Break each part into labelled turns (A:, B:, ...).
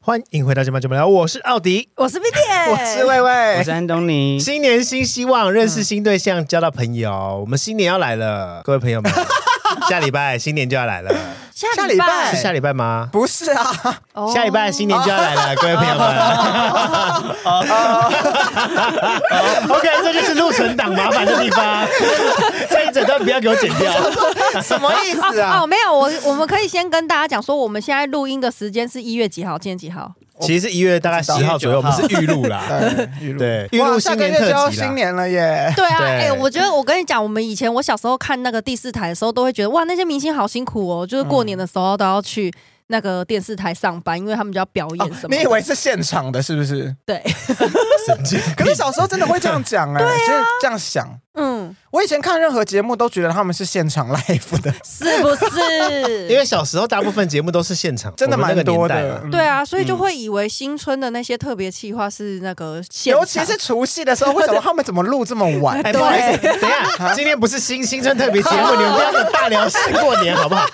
A: 欢迎回到节目，节目聊，我是奥迪，
B: 我是 B B，
A: 我是魏
C: 我
A: 魏
C: 是。安东尼。
A: 新年新希望，认
C: 嗯
A: 识新对象，交到朋友。我们新年要来了，各位朋友 们，下礼拜新年就要来了，
B: 下
C: 下
B: 礼
C: 礼
B: 拜
C: 拜
A: 是下礼拜吗？
C: 不 是啊，
B: 哦
A: 下礼拜新年就要来
C: 哦
A: 了，各位朋友
C: 哦
A: 们。OK，这就是录存档麻烦的地 方，这一整段不要给我剪掉。
C: 什么意思啊？
B: 哦，没有，我我们可以先跟大家讲说，我们现在录音的时间是一月几号？今天几号？
A: 其实是一月大概十号左右，我们是预录 啦，哦对，预录
C: 哇，
A: 新
C: 下个
A: 年
C: 月就
A: 特
C: 要
A: 辑
C: 新
A: 啦。
C: 年了耶！
B: 对啊，
A: 对
B: 哎、我觉得我跟你讲，我们以前我小时候看那个第四台的时候，都会觉得哇，那些明星好辛苦哦，就是过年的时候都要去那个电视台上班，因为他们就要表演什么的、
C: 哦你以为是现场的，是不是？
B: 对，
A: 神经
C: 可是小时候真的会这 样讲哎、
A: 啊
C: 欸，就是这样想。
B: 嗯，
C: 我以前看任何节目都觉得他们是现场 live 的，
B: 是不
A: 因
B: 是？
A: 为小时候大部分节目都是现场，
C: 真的
A: 我们那个
C: 蛮多
A: 年代
C: 的
A: 啦。。
C: 嗯
B: 对啊，所以就会以为新春的那些特别企划是那个现场，
C: 尤其是除夕 的时候，为什么他们怎么录这么晚？
A: 哎，不好意思，等一 下，今天不是新新春特别节目，你们不要给我大聊是过年好不 好？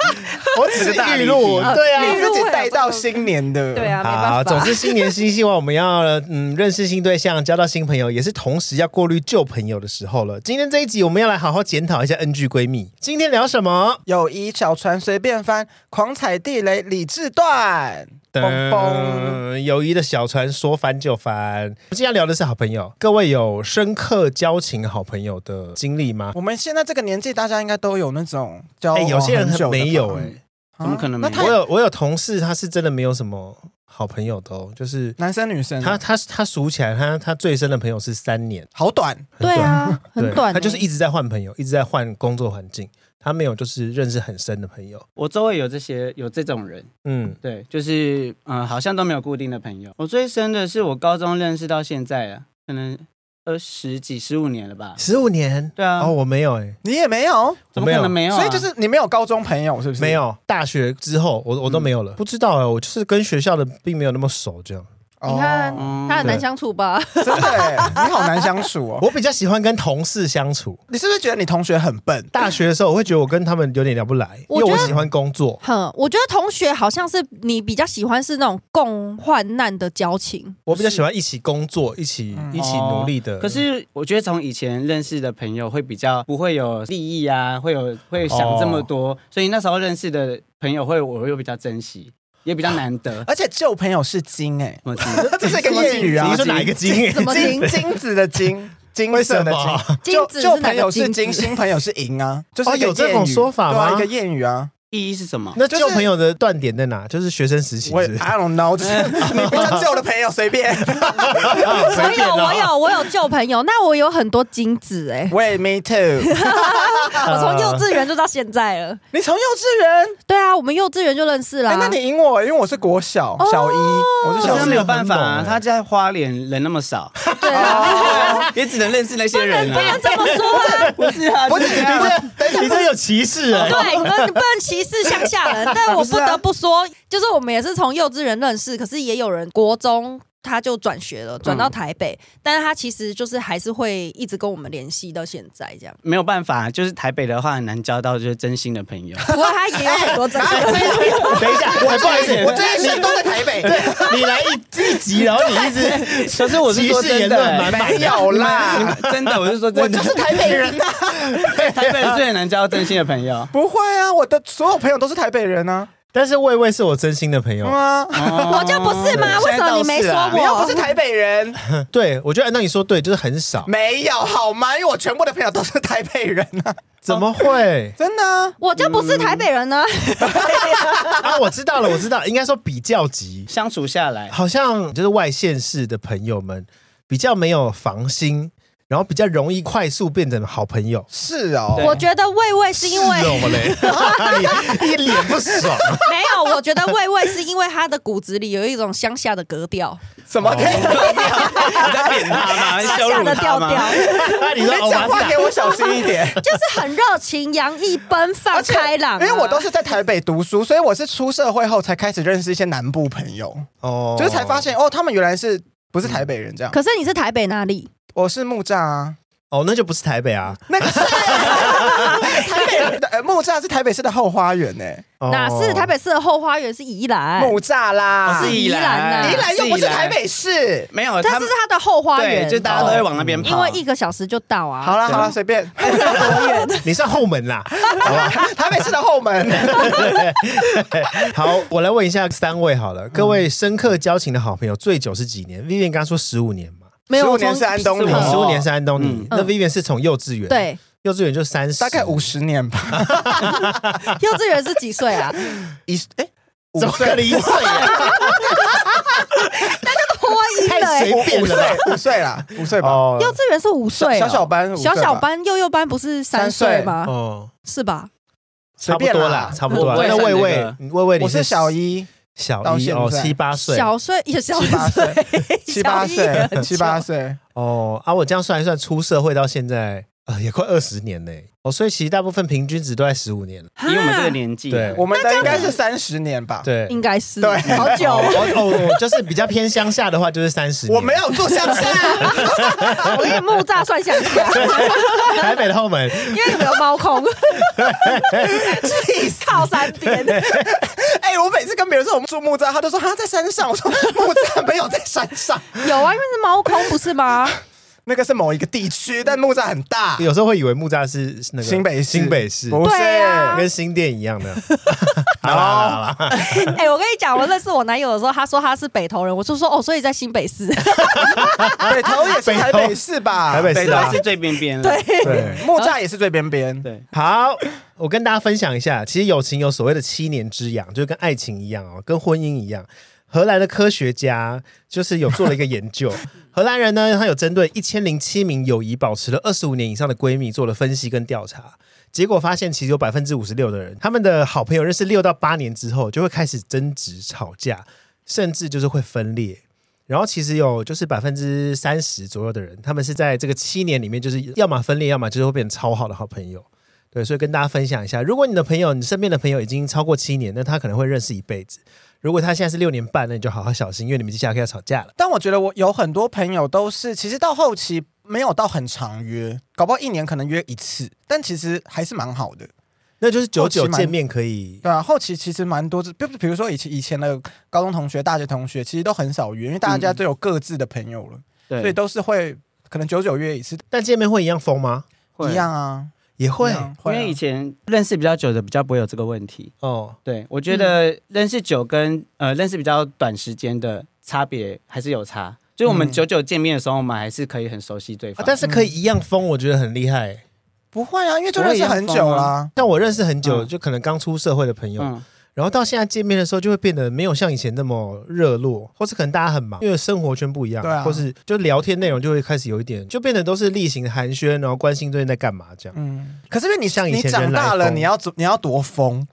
A: 我只是预录，对啊，
C: 哦你自己带到新年的，
B: 对，啊，没
A: 好，
B: 办
A: 总
B: 法。
A: 之新年新希望，我们要嗯认识新对象，交到新朋友，也是同时要过滤旧朋友的时候了。今天这一集我们要来好好检讨一下 NG 闺蜜。今天聊什么？
C: 友谊小船随便翻，狂踩地雷理智断，嘣嘣。
A: 嘣！友谊的小船说翻就翻。我们今天要聊的是好朋友，各位有深刻交情好朋友的经历吗？
C: 我们现在这个年纪，大家应该都有那种交
A: 哎、
C: 往
A: 有些人
C: 很久的
A: 没有
C: 吧
A: 哎、
C: 啊
D: 怎么可能没
C: 那
D: 有
C: 他
A: 我有我有同事，他是真的没有什么好朋友的哦，就是
C: 男生女生
D: 嗯
A: 他他他数起来，他他最深的朋友是三年，
C: 好短，
A: 很
B: 对
A: 短，
B: 啊，很
A: 对
B: 短欸、
A: 他
D: 哦
A: 就是一直在换朋友，一直在换工作环境，他没有就是认识很深的朋友。
D: 我周围有这些有这种人，
A: 嗯，
D: 对，就是嗯、呃好像都没有固定的朋友。我最深的是我高中认识到现在啊，可能二十几、十五年了吧。
A: 十五年。
D: 对啊，
A: 哦，我没有哎、
C: 你也没有，
D: 怎么可能没有啊、
C: 所以就是你没有高中朋友，是不是？
A: 没有。大学之后，我我
D: 嗯
A: 都没有了，不知道哎、我就是跟学校的并没有那么熟，这样。
C: 哦，
B: 你看
D: 哦
B: 他很难相处吧？
C: 真的欸，你好难相处哦。
A: 我比较喜欢跟同事相处。
C: 你是不是觉得你同学很笨？。
A: 大学的时候，我会觉得我跟他们有点聊不来，因
B: 我
A: 为
B: 觉得
A: 我喜欢工作。
B: 哼，我觉得同学好像是你比较喜欢是那种共患难的交情，
A: 我比较喜欢一起工作，一起一起努力的。
D: 嗯哦可是我觉得从以前认识的朋友会比较不会有利益啊，会有会想这么多，所以那时候认识的朋友会我又比较珍惜，也比较难得
C: 而且旧朋友是金哎、
D: 我记
C: 欸，
D: 得
C: 这是一个谚语
A: 你
C: 啊
A: 是，说哪一个 金？
B: 怎么
C: 金
B: 听？
C: 金子的金，金色的
A: 为什
C: 金。
B: 金
C: 旧
B: 子
C: 啊旧
B: 是哪
C: 朋友
B: 个
C: 是
B: 金
C: 金，
B: 子？
C: 新朋友是银啊，就是
A: 哦
C: 一个
A: 有这
C: 谚
A: 种
C: 语
A: 说法
C: 对啊
A: 吗
C: 一个谚语啊，
D: 意义是什么？
A: 那
C: 就是
A: 旧朋友的断点在哪？就是学生时期是
C: 我
A: 不
C: 也
A: 是。
C: I don't know，就是 你比较旧的朋友随便，
A: 啊
B: 我有，我有，我有旧朋友， 那我有很多金子哎、
C: 喂 me too，
B: 我从幼稚园就到现在了。
C: 你从幼稚园
B: 对啊，我们幼稚园就认识啦。
C: 哎、那你赢我，因为我是国小
B: 哦
C: 小一，我是
D: 可
C: 小
D: 是他
C: 一
D: 没有办法、
A: 我
D: 啊
A: 真的很不懂，欸
D: 他在花莲人那么 少，
B: 对
C: 哦
B: 啊，
D: 也只能认识那些人
B: 不能
D: 啊。
B: 这么说啊。
D: 不是啊，
C: 不是
D: 就这样
C: 不是
A: 你这有歧视哎、
B: 对，不能不能歧视乡下人，但我
C: 不是
B: 不
C: 啊
B: 得不说，就是我们也是从幼稚园认识，可是也有人国中他就转学了，转到台北，但是他其实就是还是会一直跟我们联系到现在这样。
D: 没有办法，就是台北的话很难交到就是真心的朋友。
B: 不过他也有很多真的。
A: 等一下，我不好意思，
C: 我这一生都在台 北，
A: 对你来一一集，然后你一直
D: 可是我是
A: 歧
D: 说
A: 视
D: 真
A: 言
D: 的、
A: 论
D: 欸
A: 满，满
C: 没
A: 的。
C: 有
D: 你们
C: 啦，
D: 真的，我是说
C: 我
D: 真的，
C: 就是台北人呐、啊
D: 台北人最难交真心的朋友
C: 。不会啊，我的所有朋友都是台北人啊，
A: 但是魏魏是我真心的朋友，
C: 吗？
B: 我就不是吗？为
D: 现在
B: 什么你
D: 倒是啊
B: 没说
C: 你又
B: 我？
C: 不是台北人，
A: 对我觉得按照你说对，就是很少，
C: 没有好吗？因为我全部的朋友都是台北人啊，？
A: 怎么会
C: 真的、啊。
B: 我就不是台北人呢。
A: 啊，我知道了，我知道，应该说比较级，
D: 相处 下来，
A: 好像就是外县市的朋友们比较没有防心，然后比较容易快速变成好朋友。
C: 是哦，
D: 对
B: 我觉得魏魏是因为
A: 是 啊哦我嘞，你一脸不爽。
B: 没有，我觉得魏魏是因为他的骨子里有一种乡下的格调，
C: 什么？
D: 你在扁他吗？
B: 乡
D: 羞
B: 下
D: 辱
B: 的
D: 他
B: 调调
D: 吗？，哦
A: 你
C: 你
A: 说欧巴
C: 讲话
A: 桑
C: 给我小心 一点。
B: 就是很热情、洋溢、奔放、开朗
C: 因
B: 啊。
C: 为我都是在台北读书，所以我是出社会后才开始认识一些南部朋友，
A: 哦
C: 就是才发现哦，他们原来是不是台北人这样？
B: 可是你是台北哪里？
C: 我是木栅啊，
A: 哦，那就不是台北啊，
C: 那个是那个台北呃木栅是台北市的后花园呢，
A: 哦
B: 哪是台
A: 北？
B: 北市的后花园是宜兰？
C: 木栅啦，
B: 哎哦是
C: 宜
B: 宜兰啊
C: 兰又不是台，北市。
D: 没有，
B: 但
D: 他
B: 是是它的后花园，哦
D: 对，就大家都会往那边跑，
B: 因为一个小时就到啊。
C: 好了好了，随便，
A: 你上后门啊啦，好吧？
C: 台北市的 后门。
A: 好，我来问一下三位好了，各位深刻交情的好朋友，最久是几年？Vivian 刚刚说十五年嘛，
B: 没有，
C: 15
B: 我从
C: 年是安东尼
A: 十
C: 哦
A: 五年是安东尼
D: 嗯，
A: 那 Vivian 是从幼稚园，，
B: 对，
A: 幼稚园就三十，
C: 大概五，十年吧，
B: 幼稚园是几岁啊？
C: 一哎，五
A: 怎么可能
C: 岁，
A: 一岁 啊？
B: 脱衣
A: 太
B: 的欸、
A: 随便
C: 五
A: 了
C: 岁
A: 吧。，
C: 五岁啦，五岁吧，
A: 哦
B: 幼稚园是五岁哦、
C: 小小班，五岁
B: 小
C: 吧
B: 小班、幼幼班不是三岁吗？
A: 哦，
B: 是吧？
A: 差
C: 随
A: 不
C: 便
A: 多啦，差不多啦。
D: 我
A: 那
D: 我
A: 魏
D: 也算
A: 魏
D: 那个，
A: 你魏魏，你
C: 我是小一，
A: 小
C: 到
A: 一
C: 现
A: 哦，
C: 在
A: 七八岁，
B: 小岁也小
C: 七八岁
B: 岁，
C: 七
B: 小
C: 八
B: 一也
C: 岁
B: 很，久
C: 七八岁，
A: 哦啊，我这样算一算，出社会到现在啊、呃也快二十年嘞。哦，所以其实大部分平均值都在十五年了。
D: 以我们这个
B: 哈
D: 年纪，啊
A: 对
C: 我们的应该是三十年吧。
A: 对，
B: 应该是
C: 对
B: 好久
A: 哦
B: 哦。
A: 哦哦哦就是比较偏乡下的话，就是三十。
C: 我没有做乡下，
B: 我因为木栅算乡下，
A: 台北的后门，
B: 啊因为你们有猫空， 靠山边，
C: 哎，我每次跟别人说我们住木栅，他都说他在山上，我说木栅没有在山 上，
B: 有啊，因为是猫空不是 吗？
C: 那个是某一个地区，但木栅很大，
A: 有时候会以为木栅是那个
C: 新北市，
A: 新北市，
C: 不是
B: 对啊
A: 跟新店一样 的。好啦好啦好啦，
B: 哎、我跟你讲，我认识我男友的时候，他说他是北投人，我就说哦，所以在新北市。
C: 北投也是台北市吧？
A: 北投
D: 北
A: 是啊
D: 头是最边边了，对
A: 对。
C: 木栅也是最边边，
D: 对，
A: 好，我跟大家分享一下，其实友情有所谓的七年之痒，就是跟爱情一样哦，跟婚姻一样。荷兰的科学家就是有做了一个研究，荷兰人呢，他有针对一千零七名友谊保持了二十五年以上的闺蜜做了分析跟调查，结果发现其实有百分之五十六的人，他们的好朋友认识六到八年之后，就会开始争执、吵架，甚至就是会分裂。然后其实有就是百分之三十左右的人，他们是在这个七年里面，就是要么分裂，要么就是会变成超好的好朋友。对，所以跟大家分享一下，如果你的朋友，你身边的朋友已经超过七年，那他可能会认识一辈子。如果他现在是六年半，那你就好好小心，因为你们接下来要吵架了。
C: 但我觉得我有很多朋友都是，其实到后期没有到很常约，搞不好一年可能约一次，但其实还是蛮好的，
A: 那就是久久
C: 后期蛮
A: 见面可以，
C: 对啊。后期其实蛮多，比比如说以前以前的高中同学、大学同学，其实都很少约，因为大家都有各自的朋友了，所以
D: 嗯对，
C: 都是会可能久久约一次，
A: 但见面会一样疯吗？
D: 会
C: 一。样啊，
A: 也会
C: 一样
D: 因
C: 会啊
D: 为以前认识比较久的，比较不会有这个问题。
A: 哦。
D: 对，我觉得认识久跟呃认识比较短时间的差别还是有差。就是我们
C: 嗯
D: 久久见面的时候，我们还是可以很熟悉对
A: 啊
D: 方。
A: 但是可以一样疯，我觉得很厉害。
C: 不会啊，因为就认识很久
D: 不会一样疯啊
C: 啦。
A: 像我认识很久，
D: 嗯
A: 就可能刚出社会的朋友，
D: 嗯，
A: 然后到现在见面的时候，就会变得没有像以前那么热络，或是可能大家很忙，因为生活圈不一样，
C: 对啊
A: 或是就聊天内容就会开始有一点，就变得都是例行的寒暄，然后关心最近在干嘛这样。
C: 嗯，可是因为你
A: 像以前
C: 你长大
A: 人来
C: 了，
A: 疯
C: 你要怎你要多疯？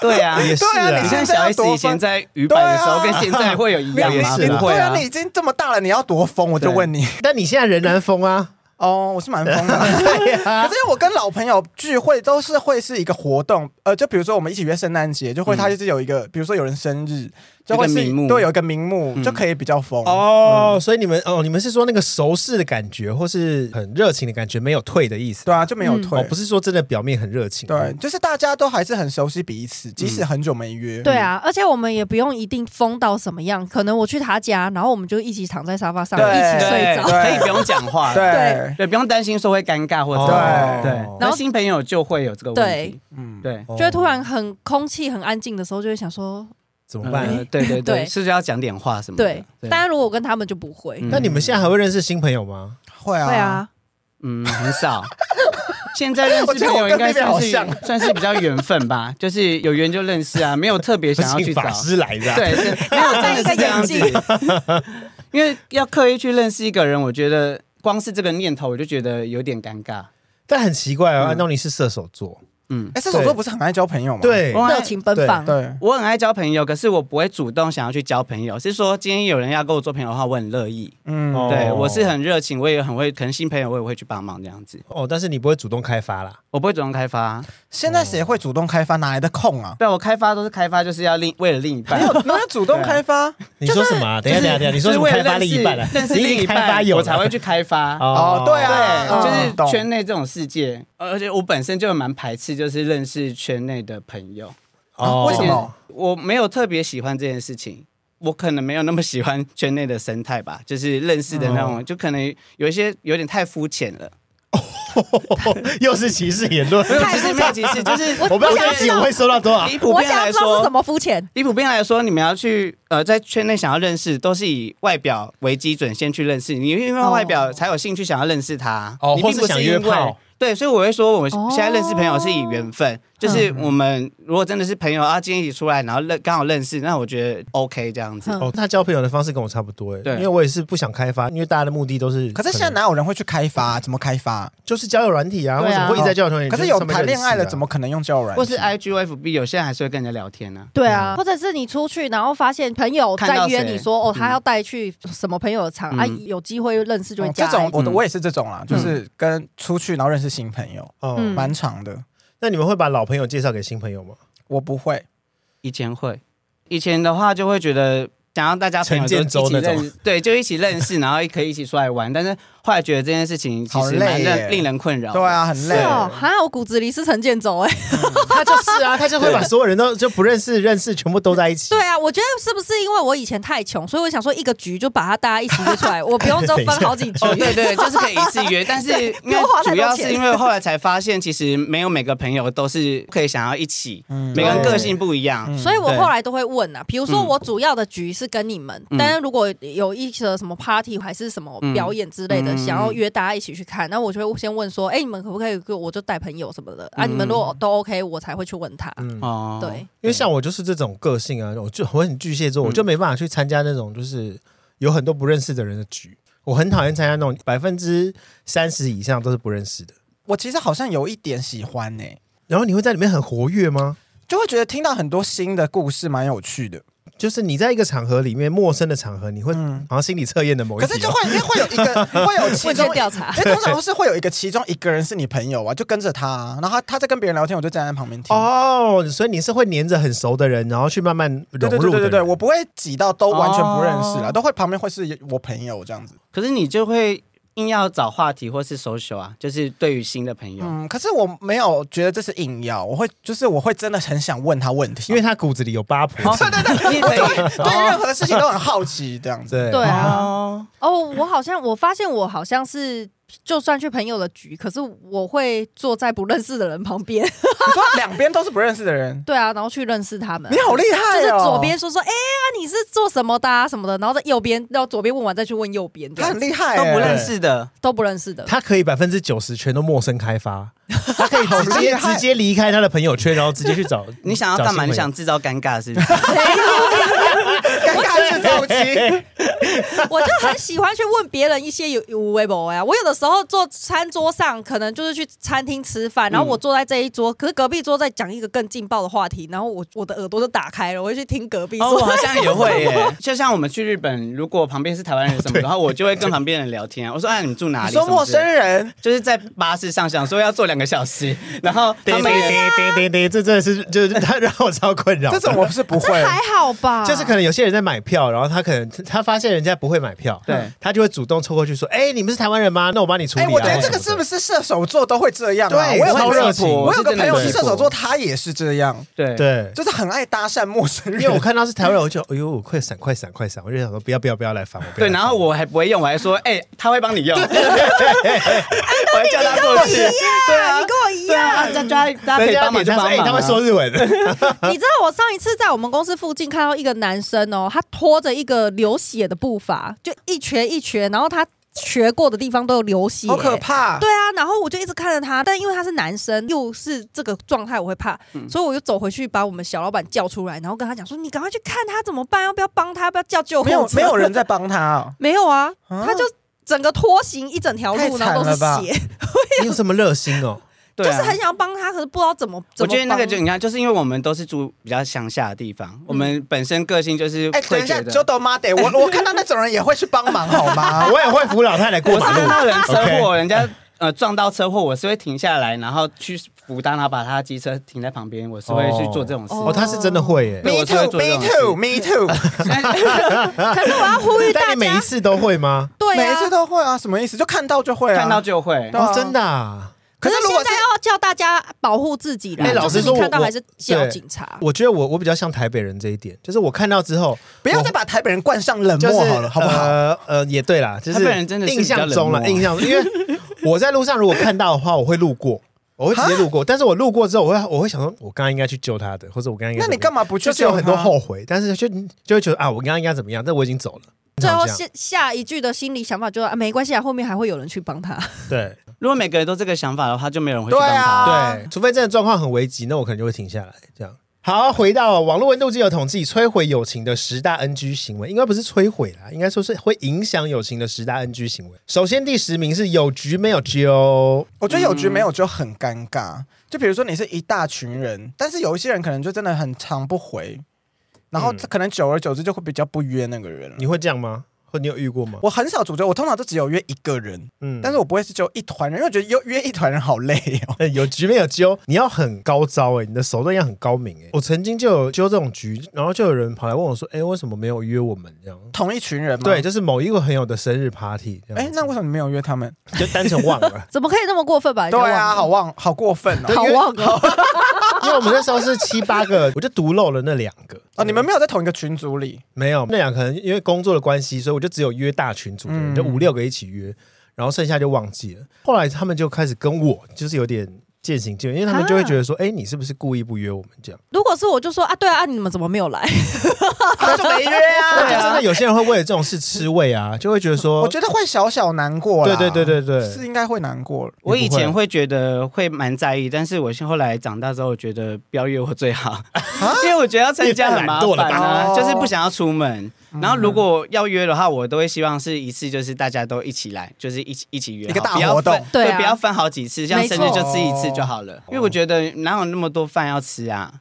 D: 对 啊，
A: 也是啊
C: 对啊
D: 你
C: 现
D: 像
C: 在
D: 小
C: 要
D: S
C: 多
D: 以前
C: 分
D: 在鱼板的时候，
C: 对
D: 跟
C: 啊
D: 现在会有一样
A: 也
D: 吗？
A: 是啊
D: 不会
C: 对啊，
D: 啊，
C: 你已经这么大了，你要多疯？我就
D: 对
C: 问你。
A: 但你现在仍然疯啊，
C: 哦，我是蛮疯的， 可是因为我跟老朋友聚会都是会是一个活动，呃，就比如说我们一起约圣诞节，就会
D: 嗯
C: 他就是有一个，比如说有人生日，就会是
D: 有一个名目
C: 嗯对有一个名目，
D: 嗯
C: 就可以比较疯。
A: 哦，所以你们哦，你们是说那个熟识的感觉，或是很热情的感觉，没有退的意思？
C: 对啊，就没有退，
A: 哦，不是说真的表面很热情。
C: 对，就是大家都还是很熟悉彼此，即使很久没 约。
B: 对啊，而且我们也不用一定疯到什么样，可能我去他家，然后我们就一起躺在沙发上，
C: 对
B: 啊一起
A: 啊
B: 睡
D: 对，
B: 着。
D: 可以不用讲话，
C: 对，
B: 对
D: 对，不用担心说会尴尬或者
C: 对
D: 对，
A: 哦
D: 然后新朋友就会有这个问题，
C: 嗯，
D: 对。
A: 哦
B: 就会突然很空气很安静的时候，就会想说，
A: 怎么办？
B: 嗯
D: 呃对对
B: 对
D: 对，是不是要讲点话什么的？
B: 嗯对。但如果我跟他们就不会，
D: 嗯
A: 那你们现在还会认识新朋友吗？
C: 会啊，
B: 会。啊，
D: 嗯，很少。现在认识朋友应该算是算是比较缘分吧， 就是有缘就认识啊，没有特别想要去
A: 请
D: 找
A: 法。师来的啊、
D: 对，是没有真的是这样子
B: 戴一，
D: 因为要刻意去认识一个人，我觉得光是这个念头我就觉得有点尴尬。
A: 但很奇怪哦，
D: 嗯
A: 安东尼是射手座，
D: 嗯，
C: 哎，射手座不是很爱交朋友吗？
A: 对，
D: 哇
B: 热情奔放。
C: 对，
D: 我很爱交朋友，可是我不会主动想要去交朋友。是说今天有人要跟我做朋友的话，我很乐意。
C: 嗯，
A: 哦
D: 对我是很热情，我也很会，可能新朋友我也会去帮忙这样子。
A: 哦，但是你不会主动开发啦。
D: 我不会主动开发，
C: 现在谁会主动开发？哪来的空啊？
D: 对我开发都是开发，就是要另为了另一半。
C: 没有主动开发
A: 你说什么啊？等一下，等一下，等一下，你说
D: 就是
A: 什么
D: 为了
A: 开发另一半啊
D: 认识
A: 你已经
D: 认识另一
A: 开发
D: 半，
A: 有
D: 我
A: 了
D: 才会去开发。
C: 哦，对啊，
D: 对，
C: 嗯
D: 就
C: 懂
D: 是圈内这种世界，而且我本身就蛮排斥，就是认识圈内的朋友。
A: 哦，
C: 啊为什么？
D: 我没有特别喜欢这件事情，我可能没有那么喜欢圈内的生态吧，就是认识的那
A: 哦
D: 种，就可能有一些有点太肤浅了。
A: 又是歧视言 论？
D: 没有，其实没有歧视，就是
B: 我
A: 我不知道
B: 我
A: 这
B: 想要
A: 一
B: 知
A: 集我
B: 道
A: 会，收到多少。
D: 以普
B: 我
D: 遍
B: 想要
D: 来
B: 知道是什
D: 说。
B: 么肤浅。
D: 以普遍来说，你们要去呃，在圈内想要认识，都是以外表为基准先去认识。你因为外表才有兴趣想要认识他，
A: 哦
D: 你
A: 或
D: 并
A: 是
D: 不是
A: 想
D: 因
A: 约
D: 为
A: 炮
D: 对，所以我会说，我们
B: 哦
D: 现在认识朋友是以缘分，
A: 嗯
D: 就是我们如果真的是朋友啊，今天一起出来，然后认刚好认识，那我觉得 OK 这样子。
B: 嗯
A: 哦，他交朋友的方式跟我差不多哎，
D: 对
A: 因为我也是不想开发，因为大家的目的都是，
C: 可是现在哪有人会去开发？怎么开发？
A: 就是交友软体啊，或
B: 对
A: 者
B: 啊
A: 会一直在交友软体，
C: 可是
A: 就
C: 有
A: 上面
C: 谈
A: 认
C: 恋
A: 识
C: 爱了，
A: 啊
C: 怎么可能用交友软
D: 或
C: 件？嗯
D: 是 IG、FB，有些人还是会跟人家聊天呢、
B: 对啊，或者是你出去，然后发现朋友
D: 看
B: 在
D: 到
B: 约
D: 谁
B: 你说，哦，他
D: 嗯
B: 要带去什么朋友的场啊，
D: 嗯
B: 有机会认识就会
C: 哦
B: 加
C: 这
B: 来。
C: 种我的
D: 嗯
C: 我也是这种啦，就是跟出去然后认识新朋友，
A: 哦
B: 嗯？
C: 蛮长的。
A: 那你们会把老朋友介绍给新朋友吗？
C: 我不会，
D: 以前会，以前的话就会觉得想让大家朋友都
A: 陈建
D: 一
A: 州
D: 起
A: 那种
D: 认识，对，就一起认识，然后可以一起出来玩。但是后来觉得这件事情其
C: 好
D: 实
C: 累
D: 蛮
C: 耶
D: 令令人困扰。
C: 对，啊，很
B: 是
C: 累。
B: 哦，哈，我骨子里是陈建州哎。
A: 他就是 啊，他就会把所有人都就不认识、认识全部都在一起
B: 对。啊，我觉得是不是因为我以前太穷，所以我想说一个局就把他大家一起约出来，我不用就分好几局。
D: 哦，对对，就是可以一次约，但是因为
B: 用花太多
D: 主要是
B: 钱
D: 因为后来才发现，其实没有每个朋友都是可以想要一起，
C: 嗯
D: 每个人个性不一样。
A: 嗯
B: 所以我
D: 对
B: 后来都会问啊，比如说我主要的局是跟你们，
D: 嗯
B: 但是如果有一些什么 party 还是什么表演之类的，
D: 嗯嗯
B: 想要约大家一起去看，那我就会先问说，哎、你们可不可以给我我就带朋友什么的啊？
D: 嗯
B: 你们如果都 OK，我才会去问他。
A: 嗯，
D: 哦，
B: 对，
A: 因为像我就是这种个性啊，我就我很巨
C: 嗯
A: 蟹座，我就没办法去参加那种就是有很多不认识的人的局。我很讨厌参加那种百分之三十以上都是不认识的。
C: 我其实好像有一点喜欢呢、
A: 然后你会在里面很活跃吗？
C: 就会觉得听到很多新的故事，蛮有趣的。
A: 就是你在一个场合里面，陌生的场合，你会
C: 嗯
A: 好像心理测验的某一
C: 可
A: 题
C: 是就
A: 哦
C: 会因为会有一 个会有其
B: 问卷
C: 中一。
B: 调查，
C: 因为通常都是会有一个其中一个人是你朋友啊，就跟着他、啊，然后他他在跟别人聊天，我就站在旁边听。
A: 哦，所以你是会黏着很熟的人，然后去慢慢
C: 对
A: 融
C: 对
A: 入的
C: 对对对对，
A: 人
C: 我不会挤到都完全不认识了，
D: 哦
C: 都会旁边会是我朋友这样子。
D: 可是你就会硬要找话题或是 social 啊，就是对于新的朋友，
C: 嗯，可是我没有觉得这是硬要，我会就是我会真的很想问他问题，
A: 因为哦他骨子里有八婆。
D: 对对对， 你可以
C: 对任何事情都很好奇 这样子。
A: 对
B: 对啊，
D: 哦，
B: 哦，我好像我发现我好像是。就算去朋友的局，可是我会坐在不认识的人旁边，
C: 你说两边都是不认识 的人，
B: 对啊，然后去认识他们啊。
C: 你好厉害、
B: 就
C: 哦！
B: 是左边说说，哎、呀、你是做什么的、啊、什么的，然后在右边，然后左边问完再去问右边，这
C: 他
B: 样
C: 很厉害、
D: 都
C: 欸，
D: 不认识的。
B: 都不认识的。
A: 他可以百分之九十全都陌生开发，他可以直接
C: 厉害
A: 直接离开他的朋友圈，然后直接去找
D: 你想要干
A: 找
D: 嘛？
A: 新朋友
D: 你想制造尴尬是不是？
C: 尴尬是早期，
B: 我就很喜欢去问别人一些有有微博呀。我有的时候坐餐桌上，可能就是去餐厅吃饭，然后我坐在这一桌，可是隔壁桌在讲一个更劲爆的话题，然后我我的耳朵就打开了，我就去听隔壁
D: 哦，我
B: 说。
D: 好像也会耶。 就像我们去日本，如果旁边是台湾人什么的话，我就会跟旁边人聊天啊。我说：“哎，你住哪里？”
C: 你说
D: 什么
C: 陌
D: 之类的
C: 生，人，
D: 就是在巴士上想说要坐两个小时，然后他们也
A: 对对对，这真的是就是他让我超困扰。
C: 这种我是不
B: 这
C: 会。 哎
B: 还好吧？
A: 就是可能有些人在买票，然后他可能他发现人家不会买票，
D: 对
A: 他就会主动凑过去说：“哎，你们是台湾人吗？那我帮你处理
C: 哎、
A: 啊。”
C: 我觉得这个是不是射手座都会这样、啊？
A: 对
C: 我有
A: 超
C: 朋
A: 热
C: 友，
A: 情
C: 我有个朋友
A: 是
C: 是
A: 真的
C: 射手座，他也是这样，
D: 对
A: 对？
C: 就是很爱搭讪陌生人。
A: 因为我看到是台湾人，我就哎呦，快闪快闪快闪！我就想说不要不要不要来烦我。不要
D: 对，
A: 来
D: 然
A: 烦
D: 后我还不会用，我还说：“哎，他会帮你用。” 我还叫他过去，对啊
B: 你，跟我一
D: 对
B: 样。
D: 啊，大家大家可以帮忙就
A: 人家点餐说哎，
D: 帮忙啊。
A: 他会说日文，
C: 啊
B: 你知道我上一次在我们公司附近看到一个男生哦，他拖着一个流血的步伐，就一瘸一瘸，然后他瘸过的地方都有流血，
C: 好可。怕。
B: 对啊，然后我就一直看着他，但因为他是男生，又是这个状态，我会怕，
C: 嗯
B: 所以我就走回去把我们小老板叫出来，然后跟他讲说：“你赶快去看他怎么办，要不要帮他，要不要叫救护
C: 没有
B: 车
C: 没有人在帮他、哦，
B: 没有啊，
C: 啊
B: 他就整个拖行一整条
C: 太
B: 路，
C: 惨
B: 然后都是
C: 了吧
B: 血。
A: 你有什么热心哦？
D: 对
B: 就
D: 啊
B: 是很想帮他，可是不知道怎么怎
D: 我
B: 么帮。
D: 觉得那个就你看，就是因为我们都是住比较乡下的地方，我们本身个性就是
C: 嗯哎，等
D: 会
C: 一
D: 觉
C: 下
D: 得。
C: ，Jodo m a d 我我看到那种人也会去帮忙，好 吗？
A: 啊我也会扶老太太过
D: 我
A: 马
D: 是
A: 路
D: 看。到人车
A: OK
D: 祸，人家呃撞到车祸，我是会停下来，然后去扶他，然后把他机车停在旁边，我是会去做这种事。
A: 哦，他是真的会耶。
D: 对
C: Me
D: 我是会做
C: too,
D: 这
C: me
D: 种
C: too, me too。
B: 可是我要呼吁
A: 但
B: 大
A: 你每一
B: 家，
A: 次都会吗？
B: 对
C: 每一
B: 呀、
C: 次都会啊，什么意思？就看到就会啊，
D: 看到就会。
C: 对啊
A: 哦，真的啊。
B: 可
C: 可
B: 是
C: 是如
B: 现
C: 果
B: 在要叫大家保护自己啦。
A: 哎老实
B: 就是
A: 说
B: 你
A: 我
B: 看到
A: 我
B: 还是叫
A: 对
B: 警察。
A: 我觉得我我比较像台北人这一点，就是我看到之后，
C: 不要再把台北人冠上冷
A: 就是
C: 漠好了，好不好？
A: 呃呃，也对啦，就是
D: 台北人真的是
A: 印
D: 比较
A: 象中
D: 冷
A: 了，
D: 漠
A: 印象中，因为我在路上如果看到的话，我会路过，我会直接路过，但是我路过之后，我会我会想说，我刚刚应该去救他的，或者我刚刚应该
C: 那你干
A: 嘛
C: 嘛不去
A: 就是有
C: 救
A: 很多
C: 他
A: 后悔，但是就就会觉得啊，我刚刚应该怎么样，但我已经走了，
B: 最后
A: 这样
B: 下下一句的心理想法就是、啊、没关系啊，后面还会有人去帮他。 ，
A: 对
D: 如果每个人都这个想法的话，就没有人会去
C: 对
D: 帮
C: 啊
D: 他。
A: 对，除非真的状况很危急，那我可能就会停下来这样。好，回到网络温度计有统计摧毁友情的十大 NG 行为，应该不是摧毁啦，应该说是会影响友情的十大 NG 行为。首先第十名是有局没有揪，
C: 我觉得有局没
D: 嗯
C: 有就很尴尬。就比如说你是一大群人，但是有一些人可能就真的很常不回，然后
A: 嗯
C: 可能久而久之就会比较不约那个人了。
A: 你会这样吗？或你有遇过吗？
C: 我很少组织，我通常都只有约一个人，
A: 嗯
C: 但是我不会是只有一团人，因为我觉得约约一团人好累哦。
A: 哎有局没有揪，你要很高招哎、你的手段要很高明哎、我曾经就有揪这种局，然后就有人跑来问我说：“哎、为什么没有约我们？”这样
C: 同一群人吗？
A: 对，，就是某一个朋友的生日 party 这样子。
C: 哎，啊那为什么你没有约他们？
A: 就单纯忘了
B: 怎么可以那么过分吧？人家
C: 对
B: 哎
C: 啊，
B: 忘了
C: 好忘，好过分哦。
B: 好忘哦，
A: 因为我们那时候是七八个，我就独漏了那两个。
C: 哦，你们没有在同一个群组里，
A: 没有，那两个可能因为工作的关系，所以我就只有约大群组的人，
C: 嗯
A: 就五六个一起约，然后剩下就忘记了。后来他们就开始跟我就是有点渐行渐远，因为他们就会觉得说，
C: 啊
A: 哎、你是不是故意不约我们这样？
B: 如果是我就说啊，对啊，啊你们怎么没有来？
C: 那就没约
A: 那就
C: 啊。
A: 真的有些人会为了这种事吃味 啊，就会觉得说，
C: 我觉得会小小难过啦。
A: 对对对对对
C: 是应该会难过了。
D: 我以
A: 你
D: 前
A: 不
D: 会觉得会蛮在意，但是我后来长大之后，我觉得不要约我最好， 因为我觉得要参加很麻
A: 你也
D: 烦
A: 太
C: 啊懒惰
D: 啊，
C: 了吧
D: 就是不想要出门。
C: 嗯
D: 然后如果要约的话，我都会希望是一次，就是大家都一起来，就是一起一起约好
C: 一个大
D: 不要
C: 活动哦
D: 分
B: 对
D: 对，
B: 啊
D: 不要分好几次，像
B: 没
D: 生
B: 错
D: 日就吃一次就好了。因为我觉得哪有那么多饭要吃啊？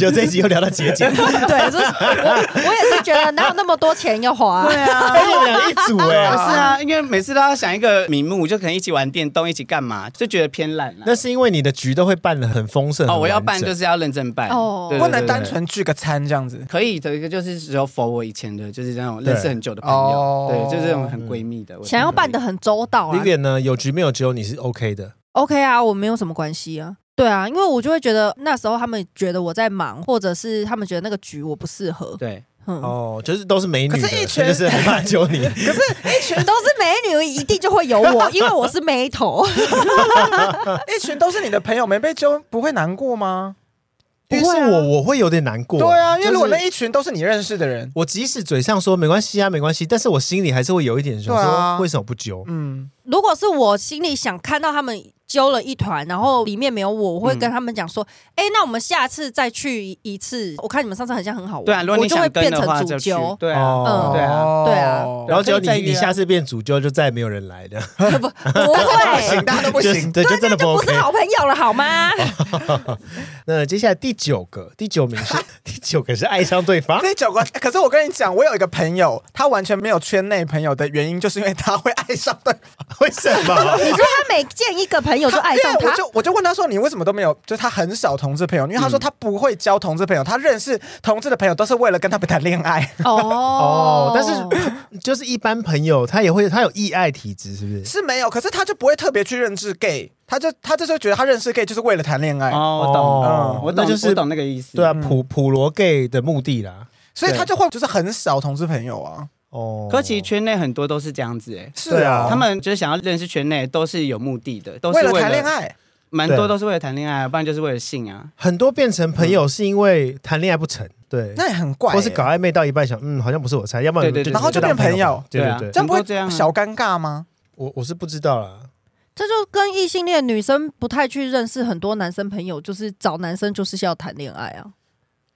A: 就这一集又聊到节 俭，
B: 对， 就是我我也是觉得哪有那么多钱要花、
D: 对啊。
A: 哎，我们俩一组哎、
D: 不是啊，因为每次都要想一个名目，就可能一起玩电动，一起干嘛，就觉得偏懒了、
A: 那是因为你的局都会办的很丰盛
D: 哦，我要办
A: 很完整
D: 就是要认真办，
B: 哦
D: 对对对
C: 不能
D: 对
C: 单纯聚个餐这样子。
D: 可以的一个就是只有 for 我以前的，就是那种认识很久的朋
C: 对
D: 友
C: 哦，
D: 对，就是这种很闺蜜的。
B: 嗯
D: 我
B: 想要办的很周到啊
A: Vivian 呢，有局没有只有你是 OK 的，
B: ，OK 啊，我没有什么关系啊。对啊，因为我就会觉得那时候他们觉得我在忙，或者是他们觉得那个局我不适合，
D: 对，
B: 嗯，
A: 哦，就是都是美女的，
C: 可是一群
A: 就是很怕揪 你，
B: 都是美女一定就会有我，因为我是 眉头，
C: 一群都是你的朋友没被揪，不会难过吗？
B: 不
A: 因为
B: 会啊
A: 是我我会有点难过，
C: 对啊，因为如果
A: 就是
C: 那一群都是你认识的人，
A: 我即使嘴上说没关系啊，没关系，但是我心里还是会有一点想
C: 对啊
A: 说，为什么不揪？
C: 嗯，
B: 如果是我心里想看到他们揪了一团，然后里面没有我，我会跟他们讲说：“哎、那我们下次再去一次。我看你们上次很像很好玩，
D: 对啊，如果
B: 我
D: 你
B: 就会
D: 想跟
B: 变
D: 的话
B: 成
D: 就
B: 主
D: 去
B: 揪，。
D: 对啊，
B: 嗯
D: 对啊
B: 对啊
A: 哦然后结果
D: 可以再
A: 你
D: 约啊
A: 你下次变主揪，就再也没有人来的，
B: 不
C: 不 行，
B: 会，
C: 大家都不
A: 就
C: 行。
A: 对，就真的不
B: 就不
A: OK
B: 是。好朋友了，好吗？
A: 那接下来第九个，第九 名是第九个是爱上对方，
C: 这九个，哎可是我跟你讲，我有一个朋友，他完全没有圈内朋友的原因，就是因为他会爱上对方。
A: 为什么？
B: 你说他每见一个哦朋友就爱上
C: 因为
B: 他
C: 我，就我就问他说，你为什么都没有？就是他很少同志朋友，因为他说他不会交同志朋友，他认识同志的朋友都是为了跟他们谈恋爱。
B: 哦
A: 哦，但是 就是一般朋友，他也会他有易爱体质，是不是？
C: 是没有，可是他就不会特别去认识 gay，他就他就是觉得他认识 gay 就是为了谈恋爱，
D: 哦，我懂
A: 哦
D: 了，我懂，
A: 那就是
D: 我懂那个意思。
A: 对啊，普
C: 嗯
A: 普罗 gay 的目的啦。
C: 所以他就会就是很少同志朋友啊。
A: 哦，
D: 可其实圈内很多都是这样子哎。
C: 是
A: 对啊
D: 他们就是想要认识圈内，都是有目的的，都是
C: 为了谈恋，爱，
D: 蛮多
A: 对
D: 都是为了谈恋爱，不然就是为了性啊。
A: 很多变成朋友是因为谈恋爱不成，对，
C: 那也很怪、欸，
A: 或是搞暧昧到一半想，嗯，好像不是我菜，要不然
D: 对对对
A: 当
D: 然后就
A: 当
C: 变朋友
A: 吧对
D: 对啊
A: 对
C: 这
A: 对，
C: 样不会
D: 顶多这样啊
C: 小尴尬吗？
A: 我我是不知道啦。
B: 这就跟异性恋女生不太去认识很多男生朋友，就是找男生就是要谈恋爱啊。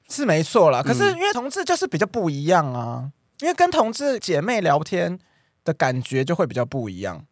C: 是没错
D: 嗯
C: 啦，可是因为同志就是比较不一样啊，因为跟同志姐妹聊天的感觉就会比较不一样。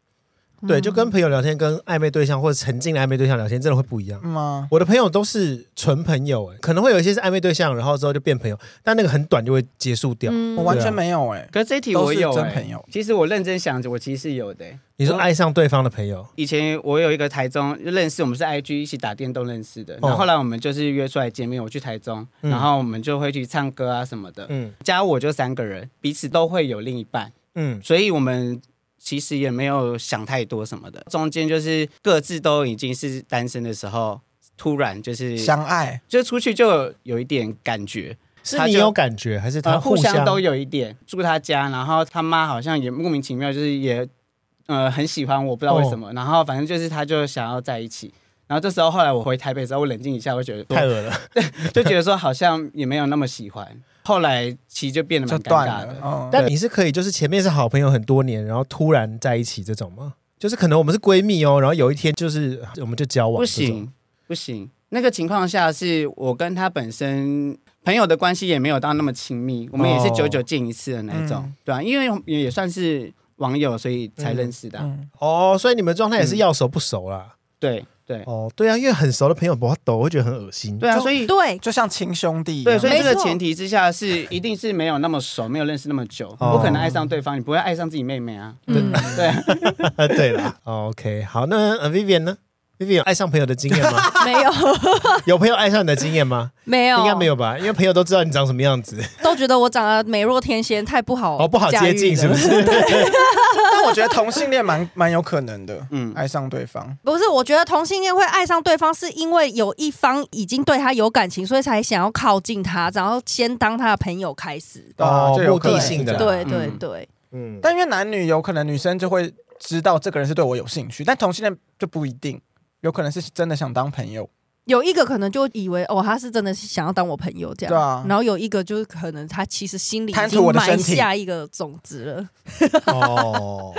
A: 对，就跟朋友聊天，跟暧昧对象或者沉浸的暧昧对象聊天，真的会不一样。
C: 吗？
A: 我的朋友都是纯朋友、欸，可能会有一些是暧昧对象，然后之后就变朋友，但那个很短就会结束掉。
D: 嗯
A: 啊
C: 我完全没有哎、
D: 可是这一题我有、
C: 都是真
D: 欸，
C: 朋友
D: 其实我认真想着，我其实是有的欸、
A: 你说爱上对方的朋友，
D: 以前我有一个台中认识，我们是 IG 一起打电动认识的，然后后来我们就是约出来见面，我去台中，
A: 哦嗯
D: 然后我们就会去唱歌啊什么的。
A: 嗯
D: 加我就三个人，彼此都会有另一半，
A: 嗯，
D: 所以我们其实也没有想太多什么的。中间就是各自都已经是单身的时候，突然就是
C: 相爱，
D: 就出去就有有一点感觉，
A: 是
D: 他
A: 你
D: 就
A: 有感觉还是他
D: 呃，互
A: 相
D: 相都有一点。住他家，然后他妈好像也莫名其妙，就是也呃很喜欢我，不知道为什
C: 哦
D: 么。然后反正就是他就想要在一起。然后这时候后来我回台北之后，我冷静一下，我觉得
A: 太恶了？
D: 就觉得说好像也没有那么喜欢。后来其实就变得
C: 就
D: 蛮尴
C: 断
D: 尬
C: 了
D: 的。。
C: 嗯，
A: 但你是可以，就是前面是好朋友很多年，然后突然在一起这种吗？就是可能我们是闺蜜哦，然后有一天就是我们就交往，
D: 不，行不行，那个情况下是我跟他本身朋友的关系也没有到那么亲密，我们也是
A: 哦
D: 久久见一次的那一种，
C: 嗯
D: 对啊，因为也也算是网友，所以才认识的啊、
C: 嗯
A: 哦，所以你们状态也是要熟不熟啦。
D: 对对
A: 哦，对啊，因为很熟的朋友不要抖，我会觉得很恶心。
D: 嗯对啊，
C: 就
D: 所以。
B: 对，
C: 就像亲兄弟一样。
D: 对，所以
B: 没
D: 这个
B: 错
D: 前提之下是一定是没有那么熟，没有认识那么久，
A: 哦
D: 不可能爱上对方，你不会爱上自己妹妹 啊。
B: 嗯，
D: 对 啊，
A: 对啦哦 OK，好，那呃 Vivian 呢？Vivian 有爱上朋友的经验 吗？
B: 没有
A: 有朋友爱上你的经验吗？
B: 没有，
A: 应该没，有吧，因为朋友都知道你长什么样子，
B: 都觉得我长得美若天仙，太不好
A: 哦，不好接近
B: 驾驭
A: 是
B: 了
A: 不？是？
C: 但我觉得同性恋蛮 蛮有可能的，
D: 嗯，
C: 爱上对方。
B: 不是，我觉得同性恋会爱上对方，是因为有一方已经对他有感情，所以才想要靠近他，然后先当他的朋友开始。
C: 对啊
A: 哦
C: 就有可能
A: 目的性的
C: 是这样
B: 对对
D: 嗯
B: 对，
A: 嗯，
C: 但因为男女有可能女生就会知道这个人是对我有兴趣，但同性恋就不一定，有可能是真的想当朋友。
B: 有一个可能就以为哦，他是真的是想要当我朋友这样，
C: 对啊
B: 然后有一个就是可能他其实心里已
C: 贪
B: 经
C: 图我的
B: 埋
C: 身体
B: 下一个种子了。
A: 哦，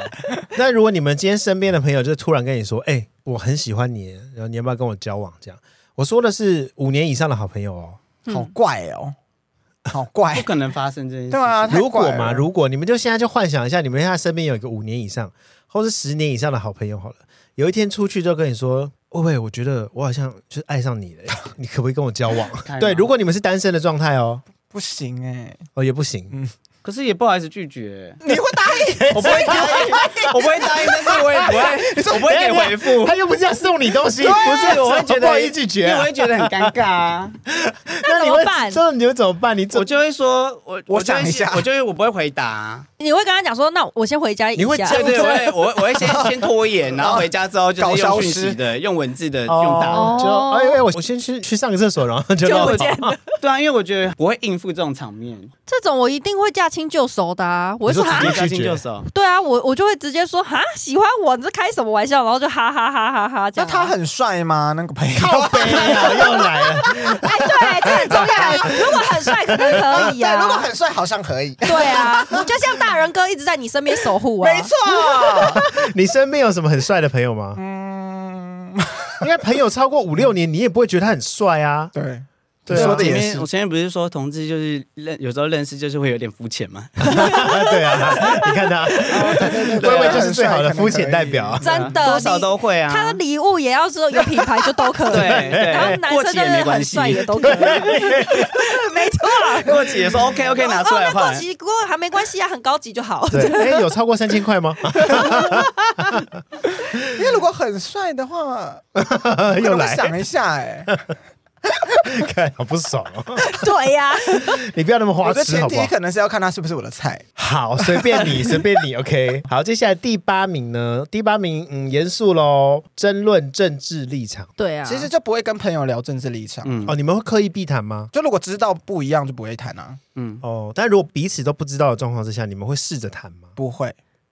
A: 那如果你们今天身边的朋友就是突然跟你说，哎、我很喜欢你，然后你要不要跟我交往？这样，我说的是五年以上的好朋友哦。
B: 嗯
C: 好怪哦，好怪
D: 不。可能发生这件事。
C: 对啊，，太
A: 如果
C: 怪
A: 嘛，
C: 了
A: 如果你们就现在就幻想一下，你们现在身边有一个五年以上或是十年以上的好朋友好了，有一天出去就跟你说，喂喂，我觉得我好像就是爱上你了，你可不可以跟我交往？
D: 看
A: 对，
D: 嘛
A: 如果你们是单身的状态哦，
C: 不行哎，
A: 哦也不行，
D: 可是也不好意思拒绝，
C: 你会答应？
D: 我不会答应，我不会答应，但是我也不会，我不会给回复，
A: 哎他又不是要送你东 西，
D: 不是，啊我会觉得
A: 不好意思拒绝
D: 因
A: 啊
D: 为我会觉得很尴尬啊。
A: 那你
B: 怎么
A: 会
B: 办
A: 这你会怎么办？你怎
D: 我就会说，我
C: 我
D: 就会
C: 想一下
D: 我就会我不会回答啊。
B: 你会跟他讲说，那我先回家一下。
A: 你会这
D: 对
A: 样
D: 对，我会我会我会先先拖 延，然后回家之后就
C: 搞
D: 是
C: 消
D: 用讯
C: 失
D: 息的，用文字的，
A: 哦
D: 用打的。
A: 就
B: 哦
A: 哎哎，我我先去去上个厕所，然后就
B: 就
A: 绕
B: 不
A: 跑
B: 见
D: 对啊，因为我觉得不会应付这种场面，
B: 这种我一定会驾轻就熟的啊！我会说
A: 你说
B: 哈
A: 直，接
D: 驾
A: 拒
D: 轻
A: 绝
D: 就熟。
B: 对啊，我我就会直接说哈，喜欢我，你在开什么玩笑？然后就哈哈哈哈哈这样
C: 那
B: 啊。
C: 他很帅吗？那个朋友
A: 靠背啊，又来了。
B: 哎，对，这很重 要。如果很帅，可能可以
C: 对，如果
B: 啊。
C: 很帅，好像可以。
B: 对啊，就像大人哥一直在你身边守护啊。
C: 没，错，
A: 你身边有什么很帅的朋友吗？
C: 嗯，
A: 应该朋友超过五六年，你也不会觉得他很帅 啊。
C: 对，
A: 对
C: 说
A: 啊，
C: 的
D: 前
C: 也
D: 面
C: 是
D: 我，前面不是说同志就是认有时候认识就是会有点肤浅嘛，
A: 对啊，你看他，
C: 啊
A: 微微就是最好的肤浅代表。
B: 真的，
D: 多少都会啊。
B: 他的礼物也要是有品牌就都可以。
D: 对
B: 然后
D: 对，
B: 男
D: 过
B: 生
D: 期
B: 真
D: 也没
B: 的
D: 关
B: 很
D: 系，
B: 帅也都可以。 没错。
D: 过期也说 OK OK 拿 出
B: 哦
D: 来
B: 那过
D: 换。
B: 期不过还没关系啊，很高级就好。
A: 对，哎，有超过三千块吗？
C: 因为如果很帅的话，我
A: 又
C: 可能
A: 来
C: 会，想一下，哎，
A: 看好不爽哦。
B: 对呀，
A: 你不要那么花
C: 我的
A: 痴
C: 前
A: 好不
C: 提
A: 好？
C: 可能是要看他是不是我的菜。
A: 好，随便你，随便你，OK。好，接下来第八名呢？第八名，嗯，严肃喽，争论政治立场。
B: 对啊。
C: 其实就不会跟朋友聊政治立场，
D: 嗯
A: 哦，你们会刻意避谈吗？
C: 就如果知道不一样就不会谈啊，
D: 嗯，
A: 哦，但如果彼此都不知道的状况之下，你们会试着谈吗？
C: 不会。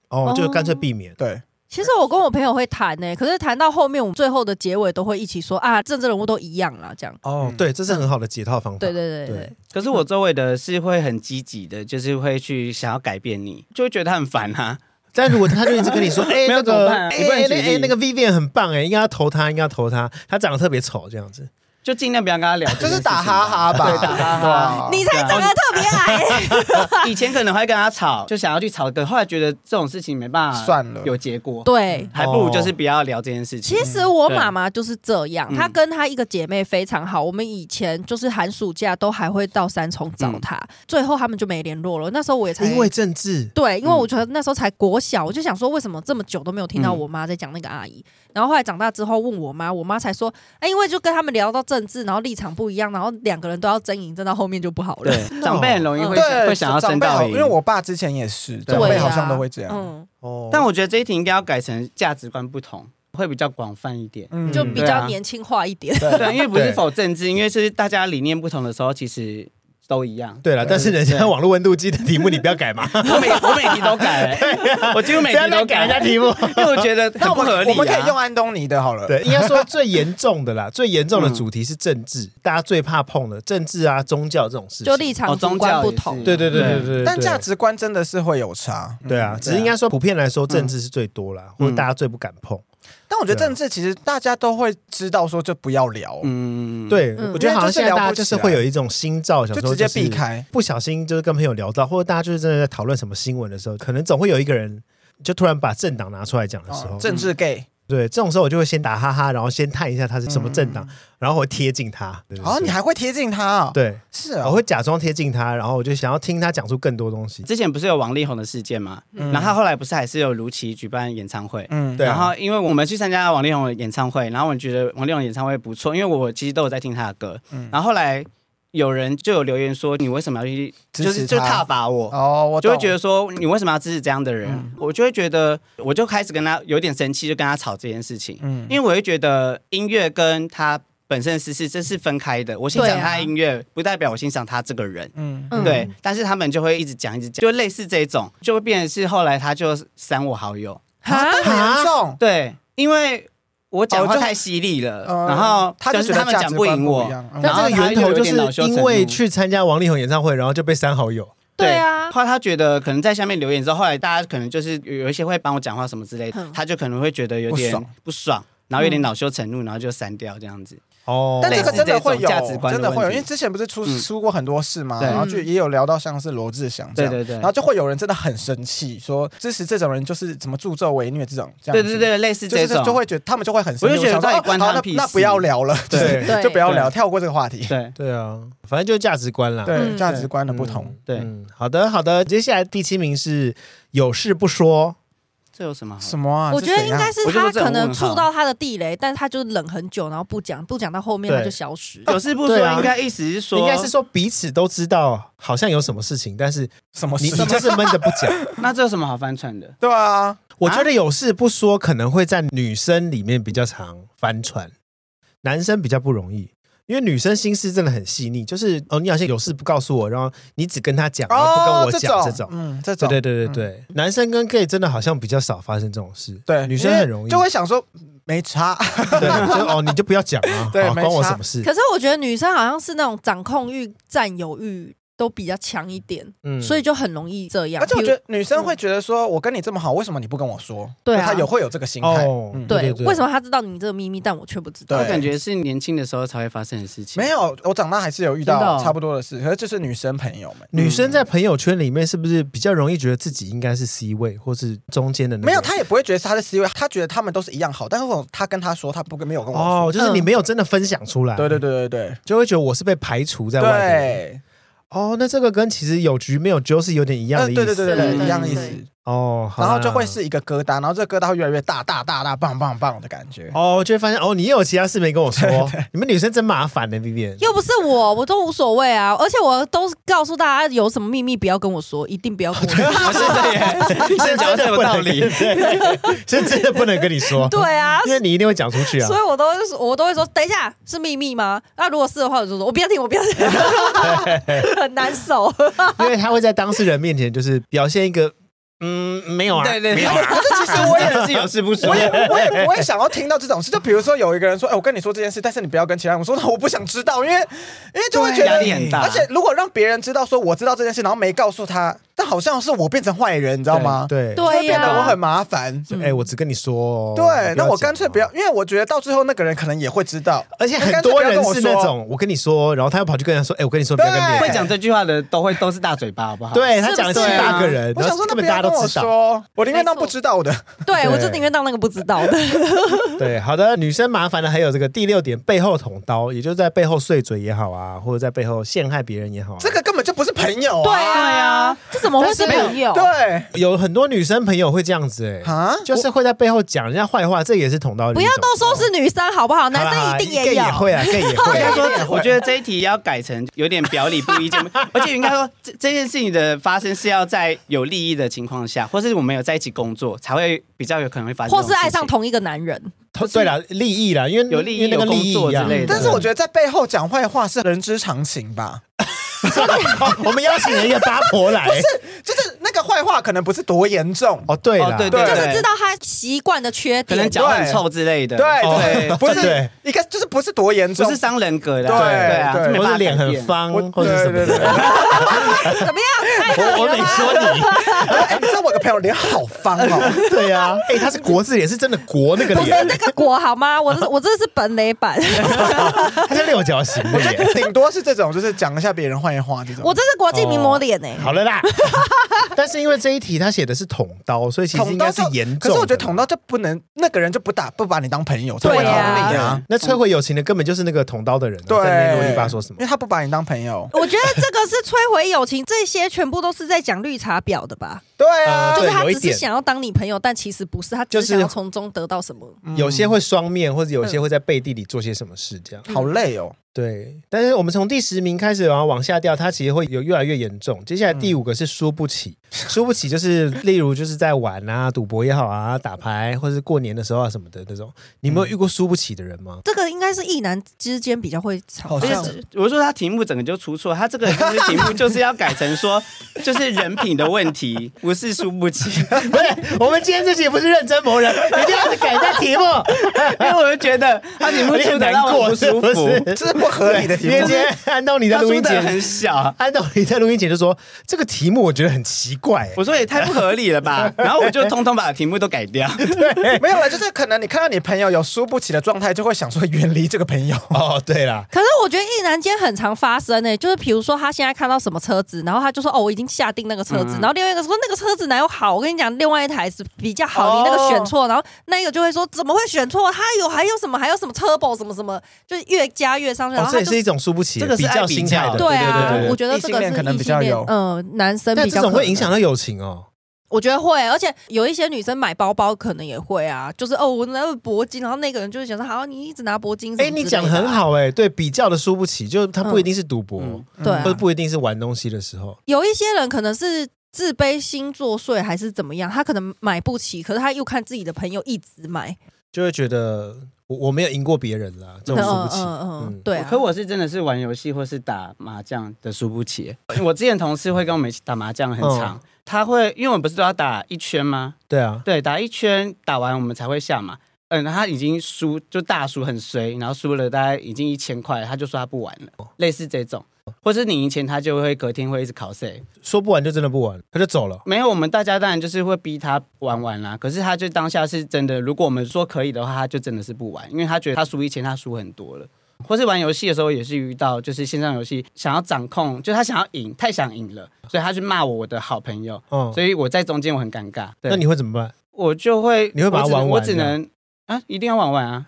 A: 哦
B: 哦，
A: 就干脆避免。
C: 对，
B: 其实我跟我朋友会谈呢、可是谈到后面，我们最后的结尾都会一起说啊，政治人物都一样啦，这样。
A: 哦，对，这是很好的解套方法。
B: 对对对对
A: 对
D: 可是我周围的是会很积极的，就是会去想要改变你，就会觉得他很烦啊。
A: 但如果他就一直跟你说，哎，
D: 没
A: 那
D: 有怎么
A: 个，
D: 办啊
A: 哎
D: 你不能
A: 哎
D: 举
A: 那
D: 例
A: 哎那个 Vivian 很棒，哎，应该要投他，应该要投他，他长得特别丑，这样子。
D: 就尽量不要跟他聊这
C: 就
D: 件事情啊，
C: 是打哈哈吧，
D: 对，打哈哈。
C: 对啊
B: 你才长得特别
D: 啊
B: 矮，
D: 以前可能会跟他吵，就想要去吵个，后来觉得这种事情没办法
C: 算了
D: 有结果，
B: 对。
D: 还不如就是不要聊这件事情。
B: 其实我妈妈就是这样，
D: 对
B: 她跟她一个姐妹非常好。我们以前就是寒暑假都还会到三重找她，最后他们就没联络了。那时候我
D: 哎
B: 也才
A: 因为政治，
B: 对，因为我觉得那时候才国小，我就想说为什么这么久都没有听到我妈在讲那个阿姨。然后后来长大之后问我妈，我妈才说，哎、因为就跟他们聊到政治，然后立场不一样，然后两个人都要争赢，争到后面就不好了。
D: 对长辈很容易会
C: 对，
D: 会想要
C: 长
D: 争
C: 辈
D: 到
C: 好，
D: 赢，
C: 因为我爸之前也是，
D: 对
C: 长
D: 啊
C: 辈好像都会这样，
B: 嗯，
A: 哦
D: 但我觉得这一题应该要改成价值观不同，会比较广泛一点。
C: 嗯
B: 就比
D: 对
B: 较
D: 啊
B: 年轻化一点。
D: 对，啊因为不是
A: 对
D: 否政治，因为是大家理念不同的时候，其实都一样。
A: 对了，但是人家
D: 对
A: 网络温度计的题目你不要改嘛，
D: 我每我每题 都改、欸，我几乎
A: 不
D: 每
A: 要
D: 题
A: 再
D: 都
A: 改人家
D: 改，
A: 题目。
D: 因为我觉得很
C: 那我
D: 不合
C: 们
D: 理、啊。
C: 我们可以用安东尼的好了，
A: 对，应该说最严重的啦，最严重
D: 嗯
A: 的主题是政治，大家最怕碰的政治啊、宗教这种事
B: 就
A: 情。
B: 立场
D: 哦
B: 主
D: 宗
B: 观
D: 教
B: 不
D: 也是
B: 同，
A: 对对对对对对，
C: 但
A: 对
C: 价值观真的是会有差。嗯
D: 嗯
A: 对啊，只是应该说普遍来说，政治是最多啦，或者大家最不敢碰。
C: 但我觉得政治其实大家都会知道，说就不要聊，
D: 啊嗯，
A: 对，
B: 嗯
A: 我觉得好像现在大家就是会有一种心照，想
C: 就
A: 说
C: 直接
A: 是
C: 避开。
A: 不小心就是跟朋友聊到，或者大家就是真的在讨论什么新闻的时候，可能总会有一个人就突然把政党拿出来讲的时候，
C: 哦政
D: 嗯
C: 治 gay
A: 对这种时候我就会先打哈哈，然后先探一下他是什么政党，然后我贴近他。对对
C: 啊，
A: 对
C: 你还会贴近他啊？，
A: 对，
C: 是啊
A: 我，会假装贴近他，然后我就想要听他讲出更多东西。
D: 之前不是有王力宏的事件嘛，
C: 嗯
D: 然后他后来不是还是有如期举办演唱会，
C: 嗯
A: 对啊
D: 然后因为我们去参加王力宏的演唱会，然后我们觉得王力宏演唱会不错，因为我其实都有在听他的歌，
C: 嗯
D: 然后后来有人就有留言说你为什么要去，
C: 支
D: 就
C: 持
D: 是就
C: 他
D: 挞伐我。
C: 哦，嗯我
D: 就会
C: 懂
D: 觉得说你为什么要支持这样的人？我就会觉得，我就开始跟他有点生气，就跟他吵这件事情。
C: 嗯
D: 因为我会觉得音乐跟他本身的私事这是分开的。我欣
B: 对
D: 赏
B: 啊
D: 他的音乐，不代表我欣赏他这个人。
C: 嗯，
B: 嗯
D: 对，，但是他们就会一直讲，一直讲，就类似这种，就会变成是后来他就删我好友，
B: 哈
C: 啊，这么严重，
D: 对，因为我讲
C: 哦
D: 话
C: 就
D: 太犀利了，
C: 呃
D: 然后
C: 他
D: 就
C: 就是觉得
D: 他们
C: 价
D: 讲
C: 值
D: 不
C: 观
D: 赢我
C: 一，样嗯
A: 但这个源头就
D: 然后他又有点恼
A: 是
D: 羞成
A: 因
D: 怒
A: 为去参加王力宏演唱会，然后就被删好友。
B: 对啊，
D: 后来他觉得可能在下面留言之后，后来大家可能就是有有一些会帮我讲话什么之类的
B: 嗯，
D: 他就可能会觉得有点
C: 不爽
D: 不爽，嗯然后有点恼羞成怒，然后就删掉这样子。
A: 哦
C: 但这个真的会
D: 类似这
C: 有
D: 种价值，观的
C: 真的会有，
D: 问题
C: 因为之前不是出
D: 嗯
C: 出过很多事嘛，
D: 对
C: 然后就也有聊到像是罗志祥这
D: 对
C: 样，
D: 对对
C: 然后就会有人真的很生气，说支持这种人就是怎么助纣为虐这种，这样
D: 对
C: 子
D: 对，对，类似
C: 就
D: 这
C: 是
D: 种
C: 就会觉得他们就会很生气，
D: 我就觉得
C: 想说
D: 到底
C: 哦
D: 关
C: 好
D: 他
C: 那
D: 屁
C: 那
D: 事
C: 不要聊了，
A: 对
B: 对
C: 就不要聊，
D: 对
C: 跳过这个话题，
D: 对
A: 对啊，反正就是价值观啦。
C: 对
B: 嗯
C: 价值观的不同，
D: 对，
A: 嗯，好的好的，接下来第七名是有事不说，
D: 这有什么好？
C: 什么啊？
B: 我觉得
C: 这
B: 应
C: 怎样
B: 该是
D: 我就
B: 他
D: 说这种
B: 可能
D: 问号
B: 触到他的地雷，但是他就冷很久，然后不讲，不讲到后面
A: 对
B: 他就消失。
D: 有事不说，
A: 对啊
D: 应该意思是说，
A: 应该是说彼此都知道好像有什么事情，但是
C: 什么
A: 你
C: 事
A: 你？就是闷着不讲。
D: 那这有什么好翻船的？
C: 对啊，
A: 我觉得有事不说可能会在女生里面比较常翻船，男生比较不容易。因为女生心思真的很细腻，就是哦，你好像有事不告诉我，然后你只跟他讲，然后不跟我讲、
C: 哦
A: 这
C: 这
A: 种。
C: 嗯，这种
A: 对对对对对，男生跟 gay 真的好像比较少发生这种事，
C: 对，
A: 女生很容易
C: 就会想说嗯没差，
A: 对，就哦，你就不要讲啊，
C: 对
A: 好
C: 没
A: 关我
C: 差
A: 什么事？
B: 可是我觉得女生好像是那种掌控欲、占有欲都比较强一点，
A: 嗯
B: 所以就很容易这样。
C: 而且我
B: 比如
C: 觉得女生会觉得说，我跟你这么好，为什么你不跟我说？
B: 对啊
C: 就她有会有这个心态，
A: 哦，
C: 嗯
B: 对，为什
A: 么？
B: 么他知道你这个秘密，但我却不知道？
D: 我
C: 对
D: 感觉是年轻的时候才会发生的事情。
C: 没有，我长大还是有遇
D: 真的
C: 到
D: 哦
C: 差不多的事，可是就是女生朋友们。
A: 女
B: 嗯
A: 生在朋友圈里面是不是比较容易觉得自己应该是 C 位或是中间的那个？
C: 没有，她也不会觉得她的 C 位，她觉得她们都是一样好，但是我她跟她说，她不跟没有跟我说，
A: 哦，就是你没有真的分享出来，
C: 对对，对对
A: 就会觉得我是被排除在
C: 对
A: 外的人。
C: 对，
A: 哦，那这个跟其实有局没有揪是有点一样
C: 呃
A: 的意思。
C: 对对对对
B: 对
C: 对，
B: 对
C: 一样的意
B: 对
C: 思，
A: 哦，好
C: 然
A: 啦
C: 后就会是一个疙瘩，然后这个疙瘩会越来越大大大大棒棒棒的感 觉。
A: 哦，就会发现哦，你也有其他事没跟我 说，你们女生真麻烦呢 v i v i
B: 又不是我，我都无所谓啊！而且我都是告诉大家有什么秘密不要跟我说，一定不要跟我
C: 哦
B: 说。
D: 我是 的耶，你现在讲的有道 理。
A: 是真的不能跟你说，
B: 对啊，
A: 因为你一定会讲出去啊
B: 所。以我都是我都会说，等一下是秘密吗？那如果是的话，我就说我不要听，我不要听， 很难受。
A: 因为他会在当事人面前就是表现一个嗯，没有啊，
D: 对对
A: 没有
C: 哎可
A: 啊，
C: 是其实我也
D: 是有 事不说
C: 我。也我也不会想要听到这种事。就比如说有一个人说：“哎、我跟你说这件事，但是你不要跟其他人。”我说：“那我不想知道，因为因为就会觉
D: 对压
C: 得
D: 力很大
C: 而且如果让别人知道说我知道这件事，然后没告诉他，但好像是我变成坏人，你知道
A: 啊
C: 吗？，
A: 对
B: 对
C: 就会变得
B: 呀
C: 我很麻烦。
A: 就哎，我只跟你说哦，
C: 对，那我干脆
A: 讲哦
C: 不要，因为我觉得到最后那个人可能也会知道，
A: 而且
C: 那
A: 很
C: 干脆
A: 多
C: 不要
A: 人
C: 跟我
A: 是那
C: 说
A: 种，我跟你说，然后他又跑去跟人家说，哎、我跟你说，不要跟别人
C: 对
D: 会讲这句话的都会都是大嘴巴，好不好？，
A: 对啊他
B: 是不
A: 讲的是
D: 是
A: 大个人，
C: 我
A: 然
C: 想
A: 后
C: 说，那
A: 根
C: 不
A: 本
C: 要
A: 大家都
C: 跟我
A: 知道。
C: 说，我宁愿当不知道的。
B: 对我
A: 对
B: 就宁愿当那个不知道的。
A: 对，好的，女生麻烦的还有这个第六点，背后捅刀，也就是在背后碎嘴也好啊，或者在背后陷害别人也好、啊。
C: 这个根本就不是朋友、
B: 对
C: 啊。
B: 啊，这怎么会是朋友？
C: 对
A: 有很多女生朋友会这样子、哎，
C: 啊，
A: 就是会在背后讲人家坏话，这也是捅刀的
B: 不
A: 一
B: 要
A: 种。
B: 都说是女生好不好？男
A: 好啦
B: 生一定也有
A: 好啦 gay 也。会啊，gay 也
D: 应该
A: 会。
D: 说，我觉得这一题要改成有点表里不一，见面 而且应该说，这这件事情的发生是要在有利益的情况下，或是我们有在一起工作，才会比较有可能会发啊生这
B: 或
D: 种事
B: 是
D: 情，
B: 爱上同一个男人，
A: 对了，利益啦，因为
D: 有利益
A: 因为那个
D: 有
A: 利益啊
D: 工作
A: 一样
D: 之类的
C: 但是我觉得在背后讲坏话是人之常情吧，
A: 得 我们邀请了一个八婆来，
C: 就是那个坏话可能不是多严重，
A: 哦，对了、
D: 哦对
C: 对
B: 就
D: 对
B: 是知道他习惯的缺
D: 可能
B: 点。
D: 脚很臭之类的，
C: 对 对，
A: 哦
C: 不
A: 对
C: 是一个就是不是多严重，
D: 不是伤人格的，
C: 对
D: 啊，
C: 对
D: 这没
A: 或
D: 办
A: 者
D: 法
A: 脸
D: 改
A: 很
D: 变。
A: 方，
C: 我
A: 或者是什么
C: 对
A: 的。
C: 对对
B: 怎么样？哎爱
A: 我
B: 上你
A: 我
B: 了
A: 没说
B: 吗？
A: 你。
C: 哎，你知道我有个朋友脸好 方哦，
A: 对呀、啊，哎、他是国字脸，是真的国那个
B: 不是
A: 脸，
B: 那个国好吗？ 我这我这是本垒版，
A: 他是六角形的脸。
C: 顶多是这种，就是讲一下别人坏话这种。
B: 我这是国际名模脸哎。
A: 好了啦， 但是因为这一题他写的是捅刀，所以其实
C: 捅
A: 应
C: 刀
A: 该是
C: 就
A: 严重的。
C: 可是我觉得捅刀就不能，那个人就不打不把你当朋友，
B: 对啊
C: 才会捅你啊，
A: 那摧毁友情的根本就是那个捅刀的人、啊，
C: 对，
A: 在那边啰里吧嗦什么
C: 因
A: 呃
C: 为。他不把你当朋友，
B: 我觉得这个是摧毁友情，这些全部都是在讲绿茶婊的吧？
C: 对啊
A: 呃，
B: 就是他
A: 有一
B: 只是
A: 点
B: 想要当你朋友，但其实不是，他只
A: 就是是
B: 想要从中得到什么。
C: 嗯
A: 有些会双面，或者有些会在背地里做些什么事，这样。
C: 好累哦，
A: 对，但是我们从第十名开始，然后往下掉，它其实会有越来越严重。接下来第五个是输不 起，输不起就是例如就是在玩啊、赌博也好啊、打牌，或者是过年的时候啊什么的那种。你没有遇过输不起的人吗？
B: 这个应该是异男之间比较会吵
C: 好
D: 而
B: 架
D: 且
C: 像
D: 是我说他题目整个就出错，他这个就是题目就是要改成说，就是人品的问题，不是输不起。
A: 不是，我们今天这期不是认真磨人，你这样子改一下 题目，
D: 因为我就觉得他题目出的让我不舒服，
A: 是
C: 这是不合理的题
A: 因为
C: 目
A: 今。天安东尼在
D: 他
A: 录
D: 出
A: 音
D: 的
A: 前，
D: 很小。
A: 安东尼在录音前就说这个题目我觉得很奇怪、欸
D: 我说也太不合理了 吧，然后我就通通把题目都改掉。
C: 没有了，就是可能你看到你朋友有输不起的状态，就会想说远离这个朋友。
A: 哦，对啦，
B: 可是我觉得一男间很常发生诶、就是比如说他现在看到什么车子，然后他就说哦，我已经下定那个车子，
A: 嗯
B: 然后另外一个说那个车子哪有好，我跟你讲，另外一台是比较好，
C: 哦
B: 你那个选错，然后那一个就会说怎么会选错？他有还有什么还有什么 turbo 什么什么，就是越加越上去，然
A: 哦，
B: 后
A: 这
B: 他
A: 也
B: 就是
A: 一种输不起，
D: 这个是
A: 比较
D: 爱比
A: 心态
D: 较
A: 的，
B: 对
A: 对
B: 啊
A: 对，对
B: 我觉得
C: 异
B: 这
C: 性
B: 个是
C: 恋可能比
B: 异性
C: 较
B: 恋
C: 有
B: 嗯、男生
A: 但
B: 比
A: 这
B: 较
A: 种会
B: 可
A: 影响
B: 能
A: 到友情哦。
B: 我觉得会，而且有一些女生买包包可能也会啊，就是哦，我拿个铂金，然后那个人就会想说，好，你一直拿铂金什么之
A: 哎、
B: 类的啊，
A: 你讲得很好哎、对比较的输不起，就是他不一定是赌博，
D: 嗯
B: 对啊
A: 或者不一定是玩东西的时候，
B: 有一些人可能是自卑心作祟，还是怎么样，他可能买不起，可是他又看自己的朋友一直买，
A: 就会觉得我我没有赢过别人啦，这
B: 嗯
A: 种输不
B: 嗯
A: 起。
B: 嗯
A: 嗯
B: 嗯，对啊。
D: 可我是真的是玩游戏或是打麻将的输不起。我之前同事会跟我们一起打麻将，很长。他会，因为我们不是都要打一圈吗？
A: 对啊，
D: 对，打一圈打完我们才会下嘛。嗯，他已经输，就大输很衰，然后输了大概已经一千块了，他就说他不玩了，类似这种，或是你赢钱他就会隔天会一直考试。
A: 说不完就真的不玩，他就走了。
D: 没有，我们大家当然就是会逼他玩玩啦。可是他就当下是真的，如果我们说可以的话，他就真的是不玩，因为他觉得他输一千，他输很多了。或是玩游戏的时候也是遇到，就是线上游戏想要掌控，就是他想要赢，太想赢了，所以他去骂我我的好朋友，
A: 嗯，
D: 所以我在中间我很尴尬。对
A: 那你会怎么办？
D: 我就会，
A: 你会把它
D: 我只能
A: 玩完
D: 我只能啊，一定要玩完 啊，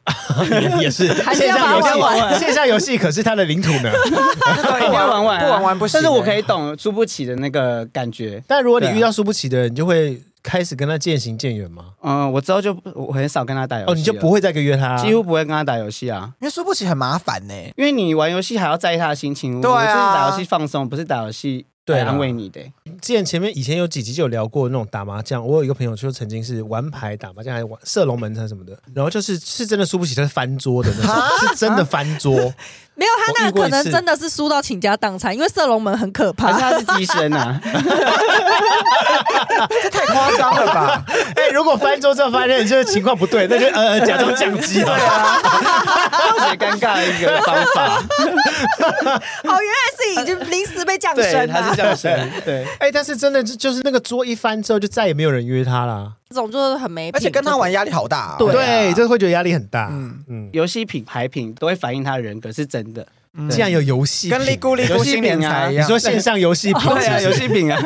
A: 也是
B: 还是
A: 线
B: 要
A: 上游
B: 把它玩
A: 戏，
D: 完
A: 线上游戏可是他的领土 呢。
D: 一定要玩完、啊，
C: 不玩完不行
D: 但是我可以懂输不起的那个感觉。
A: 但如果你
D: 对啊
A: 遇到输不起的人，你就会开始跟他渐行渐远吗？
D: 嗯，我之后就我很少跟他打游戏了，
A: 哦，你就不会啊再约他，
D: 几乎不会跟他打游戏啊。
C: 因为输不起很麻烦呢、
D: 因为你玩游戏还要在意他的心情，
C: 对啊
D: 我就是打游戏放松，不是打游戏
A: 对
D: 来
A: 啊
D: 安慰你的、
A: 之前前面以前有几集就有聊过那种打麻将，我有一个朋友就曾经是玩牌打麻将，还玩射龙门阵什么的，然后就是是真的输不起，他是翻桌的那种，是真的翻桌，
B: 没有他
A: 我
B: 那
A: 遇过
B: 可
A: 一
B: 能
A: 次
B: 真的是输到倾家荡产，因为射龙门很可
D: 可是
B: 怕。哦
D: 他是机身 啊，
C: 这太夸张了吧？
A: 哎、如果翻桌之后发现这个情况不对，那就呃假装降级了。
D: 最尴尬的一个方 法。
B: 哦，原来是已经临时被降
D: 对，
A: 啊
B: 生啊
D: 他是
B: 了。
D: 降生，对。
A: 哎、但是真的就就是那个桌一翻之后，就再也没有人约他啦。
B: 这种就是很没品，
C: 而且跟他玩压力好大、啊。
B: 对
A: 对，就是会觉得压力很大。嗯
C: 嗯
A: 嗯，
D: 游戏品牌品都会反映他的人格是真的，
A: 既然有游戏品，
C: 跟利姑利姑新年财一
A: 你
C: 样，
A: 说线上游戏品，
D: 对啊，游戏品啊，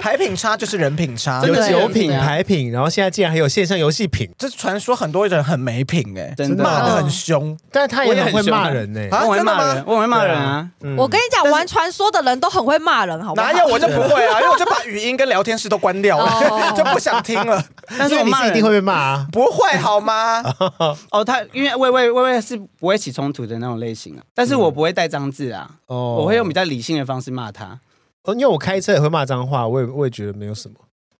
C: 牌品差就是人品差，
A: 有
D: 真的
A: 酒
D: 有
A: 品、
D: 品啊
A: 牌品，然后现在竟然还有线上游戏品，
C: 这传说很多人很没品哎、
D: 真的
C: 骂的很凶
A: 但是他
D: 我
A: 也
D: 也
A: 很
D: 很
A: 会
D: 凶
A: 骂
D: 啊
A: 人呢、
C: 啊
D: 我会
C: 真的
D: 骂
C: 吗
D: 人，我会骂人啊，
A: 嗯
B: 我跟你讲，玩传说的人都很会骂人，好不好？
C: 哪有我就不会啊，因为我就把语音跟聊天室都关掉
B: 哦
C: 了，就不想听了。
D: 但是
A: 因为
D: 我
A: 你
D: 骂
A: 是一
D: 人
A: 定会被骂啊。
C: 不会好 吗？
D: 哦，他因为微微微微是不会起冲突的那种类型啊，但是我不会带脏字啊，
A: 嗯哦
D: 我会用比较理性的方式骂他。
A: 哦，因为我开车也会骂脏话，我也我也觉得没有什么，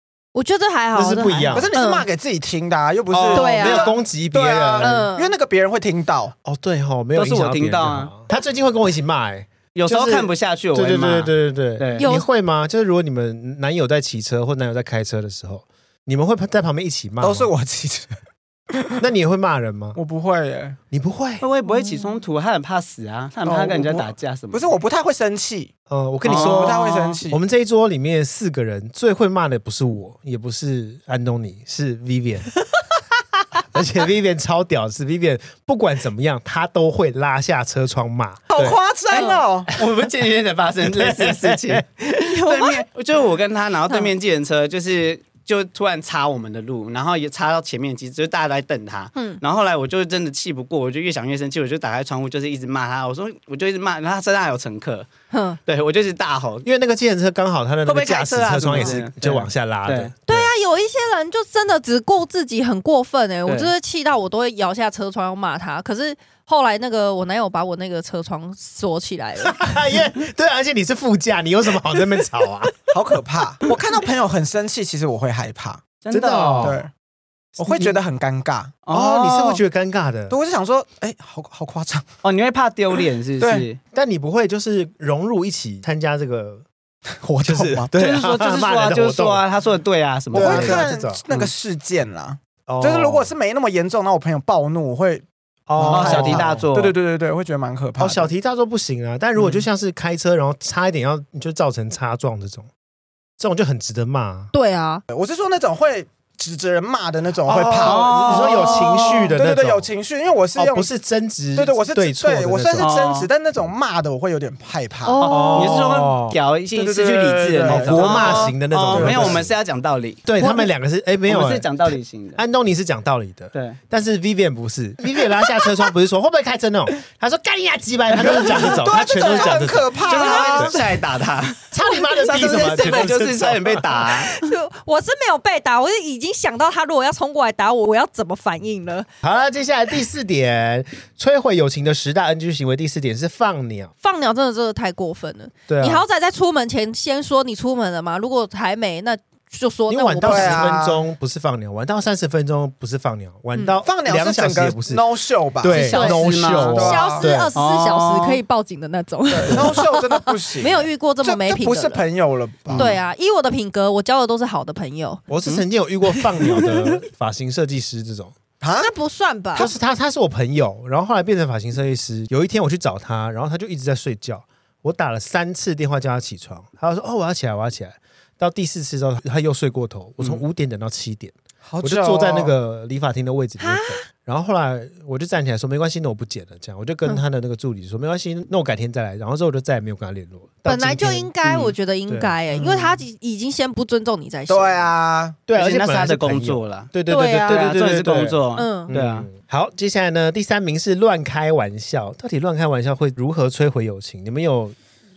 B: 我觉得还好，
A: 这是不一样
C: 可是你是
B: 嗯
C: 骂给自己听的，啊，又不是
D: 哦
B: 对啊
A: 没有攻击别
C: 对
A: 人。
C: 啊
B: 嗯
C: 因为那个别人会听到。
A: 哦，对哈、没有
D: 都是
A: 影响
D: 我
A: 别人
D: 听到
A: 就
D: 啊
A: 好。他最近会跟我一起骂、欸，
D: 有时候
A: 就是
D: 看不下去，我
A: 对
D: 会
A: 对
D: 骂。
A: 对对对对。
D: 对
B: 有
A: 你会吗？就是如果你们男友在骑车或男友在开车的时候，你们会在旁边一起骂？
C: 都是，我骑车，
A: 那你也会骂人吗？
C: 我不会耶，
A: 你不会？
D: 微微不会起冲突，他很怕死啊，他很怕跟人家打架什么。
C: 不是哦我，不太会生气，
A: 呃，我跟你
D: 哦
C: 我
A: 说，
C: 不太会生气
A: 我。们这一桌里面四个人最会骂的不是我，也不是安东尼，是 Vivian。而且 Vivian 超屌，是 Vivian 不管怎么样，他都会拉下车窗骂。
C: 好
A: 对
C: 夸张哦！
D: 我们前几天才发生类似的事 情，对面就是我跟他，然后对面计程车就是。就突然插我们的路，然后也插到前面，其实就是大家都在瞪他。嗯，然后后来我就真的气不过，我就越想越生气，我就打开窗户，就是一直骂他。我说，我就一直骂，然后他身上还有乘客，
B: 嗯哼，
D: 对我就是大吼，
A: 因为那个计程车刚好他的那
D: 会不
A: 个
D: 会
A: 驾
D: 开
A: 驶
D: 车啊
A: 车窗也
D: 什么
A: 是
D: 的
A: 就往下拉的
B: 对
D: 对，
B: 啊，有一些人就真的只顾自己，很过分哎、我
D: 对
B: 真的气到我都会摇下车窗要骂他。可是后来那个我男友把我那个车窗锁起来 了，
A: 因为对啊， 而且你是副驾，你有什么好在那边吵啊？
C: 好可怕！我看到朋友很生气，其实我会害 怕，
A: 真的哦
C: 对，我会觉得很尴尬。
A: 哦，你是会
D: 得
A: 觉得尴尬的
C: 对，，我就想说，哎，好好夸张，
D: 哦，你会怕丢脸是不是
C: 对？
A: 但你不会就是融入一起参加这个，
C: 我
A: 就
C: 懂
A: 是 啊
C: 吗？
D: 就是说，就是 说、啊，就是说啊，他说的对啊，什么
C: 我
A: 对啊
D: 的
C: 会
A: 对啊
C: 看
A: 这种
C: 那个事件啦，
A: 哦
C: 就是如果是没那么严重，那我朋友暴怒，我会
D: 哦，
C: 哦
D: 小题大做，
C: 对对对对对，会觉得蛮可怕的。
A: 哦，小题大做不行啊。但如果就像是开车，然后差一点要就造成擦撞这种，这种就很值得骂啊。
B: 对啊，
C: 我是说那种会指着人骂的那种，会怕。
A: 哦你说有情绪的
C: 对
A: 那种，
C: 对对，有情绪，因为我是
A: 哦，
C: 用
A: 不是争执，
C: 对对，我是
A: 对错的那
C: 对
A: 种，
C: 我算是争执
D: 哦，
C: 但那种骂的我会有点害怕。
D: 哦，
A: 哦
D: 你是说屌一些
C: 对对
D: 失
C: 对
D: 去理智的那
A: 对对对
D: 种
A: 国骂型的那种
D: 哦
A: 对对对
D: 没有，我们是要讲道理，
A: 对他们两个是哎没有
D: 我们
A: 哎
D: 是，讲道理型的，
A: 安东尼是讲道理的，
D: 对，
A: 但是 Vivian 不是，Vivian 拉下车窗不是说会不会开车那种，他说干你俩鸡 巴，他都是讲这种，
C: 对
A: 他
C: 啊，
A: 全
C: 这
A: 都
C: 种
A: 是
C: 就
A: 讲这
C: 很
A: 种，
C: 可怕
D: 然
C: 啊
D: 后！下来打他，
A: 操你妈的
D: 上
A: 逼什么，全
D: 次根本
A: 都
D: 就是差
A: 这
D: 点
A: 种。
D: 被打啊，
B: 就我是没有被打，我是已经想到他如果要冲过来打我，我要怎么反应了？
A: 好了，接下来第四点，摧毁友情的十大 NG 行为，第四点是放鸟，
B: 放鸟真的真的太过分了，
A: 对啊，
B: 你好歹在出门前先说你出门了吗？如果还没，那就说
A: 你
B: 那我
A: 晚
B: 不
A: 到
C: 对
A: 十
C: 啊
A: 分钟不是放鸟，晚到三十分钟不是放鸟，晚到
C: 放鸟
A: 两
C: 是
A: 小
C: 整
A: 时
C: 个
A: 也不是，
C: no show 吧？
A: 对
D: 是消
A: ，no
D: 失吗
A: show，
C: 对啊
B: 消失
A: 对
B: 二十四小时可以报警的那种，
C: 对，no show 真的不 行，
B: 没有遇过这么没
C: 这
B: 品
C: 不
B: 的
C: 是
B: 人。
C: 朋友了吧？
B: 对啊，依我的品格，我交的都是好的朋友，
A: 我是曾经有遇过放鸟 的发型设计师这种，
C: 啊，
B: 那不算吧？
A: 就是他他是我朋友，然后后来变成发型设计师。有一天我去找他，然后他就一直在睡觉，我打了三次电话叫他起床，他就说哦我要起来我要起来。到第四次之后，他又睡过头。我从五点等到七点，
C: 好
A: 我
C: 久
A: 就
C: 哦
A: 坐在那个理发厅的位置里面等。然后后来我就站起来说：“没关系，那我不剪了。”这样，我就跟他的那个助理说：“没关系，那我改天再来。”然后之后我就再也没有跟他联络。到
B: 本来
A: 今
B: 就
A: 天
B: 应该，
D: 嗯
B: 我觉得应该哎，因为他已已经先不尊重你在先。
C: 对，啊，
A: 对啊，而
D: 而
A: 且
D: 那是
A: 本来
D: 他的
A: 朋友
D: 工，作啦，
A: 对对对
B: 对啊
A: 对对
D: 啊
A: 对
D: 重点
A: 对
D: 是
A: 对，
D: 工作，
B: 嗯，
D: 对啊
A: 嗯。好，接下来呢，第三名是乱开玩笑。到底乱开玩笑会如何摧毁友情？你们有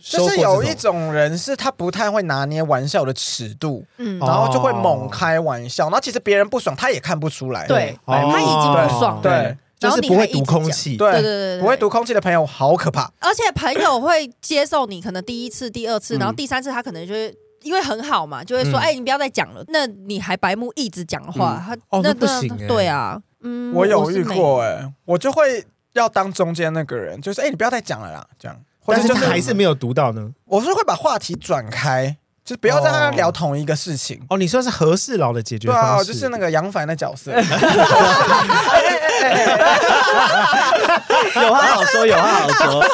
A: 收
C: 就
A: 过
C: 是
A: 这
C: 有
A: 种
C: 一种人是他不太会拿捏玩笑的尺度，
B: 嗯
A: 哦，
C: 然后就会猛开玩笑，然后其实别人不爽他也看不出来，
B: 对，
A: 哦
B: 他已经不爽了。
C: 对
A: 就是不会读空气，
B: 对对
C: 对
B: 对对，
C: 不会读空气的朋友好可怕。
B: 而且朋友会接受你，可能第一次、第二次，
D: 嗯
B: 然后第三次他可能就会。因为很好嘛，就会说：“
A: 嗯
B: 哎、你不要再讲了。”那你还白目一直讲的话，他
A: 哦那
B: 那
A: 不行欸
B: 对啊，嗯，
C: 我有
B: 是
C: 遇
B: 没
C: 过哎、我就会要当中间那个人，就是哎、你不要再讲了啦，这样，或
A: 但是
C: 者就
A: 他还是没有读到呢。
C: 我是会把话题转开，就是不要再跟他聊同一个事情。
A: 哦，你说是和事佬的解决
C: 对
A: 方
C: 啊，
A: 式，
C: 就是那个杨凡的 角色，哎
D: 有话好说，有话好说。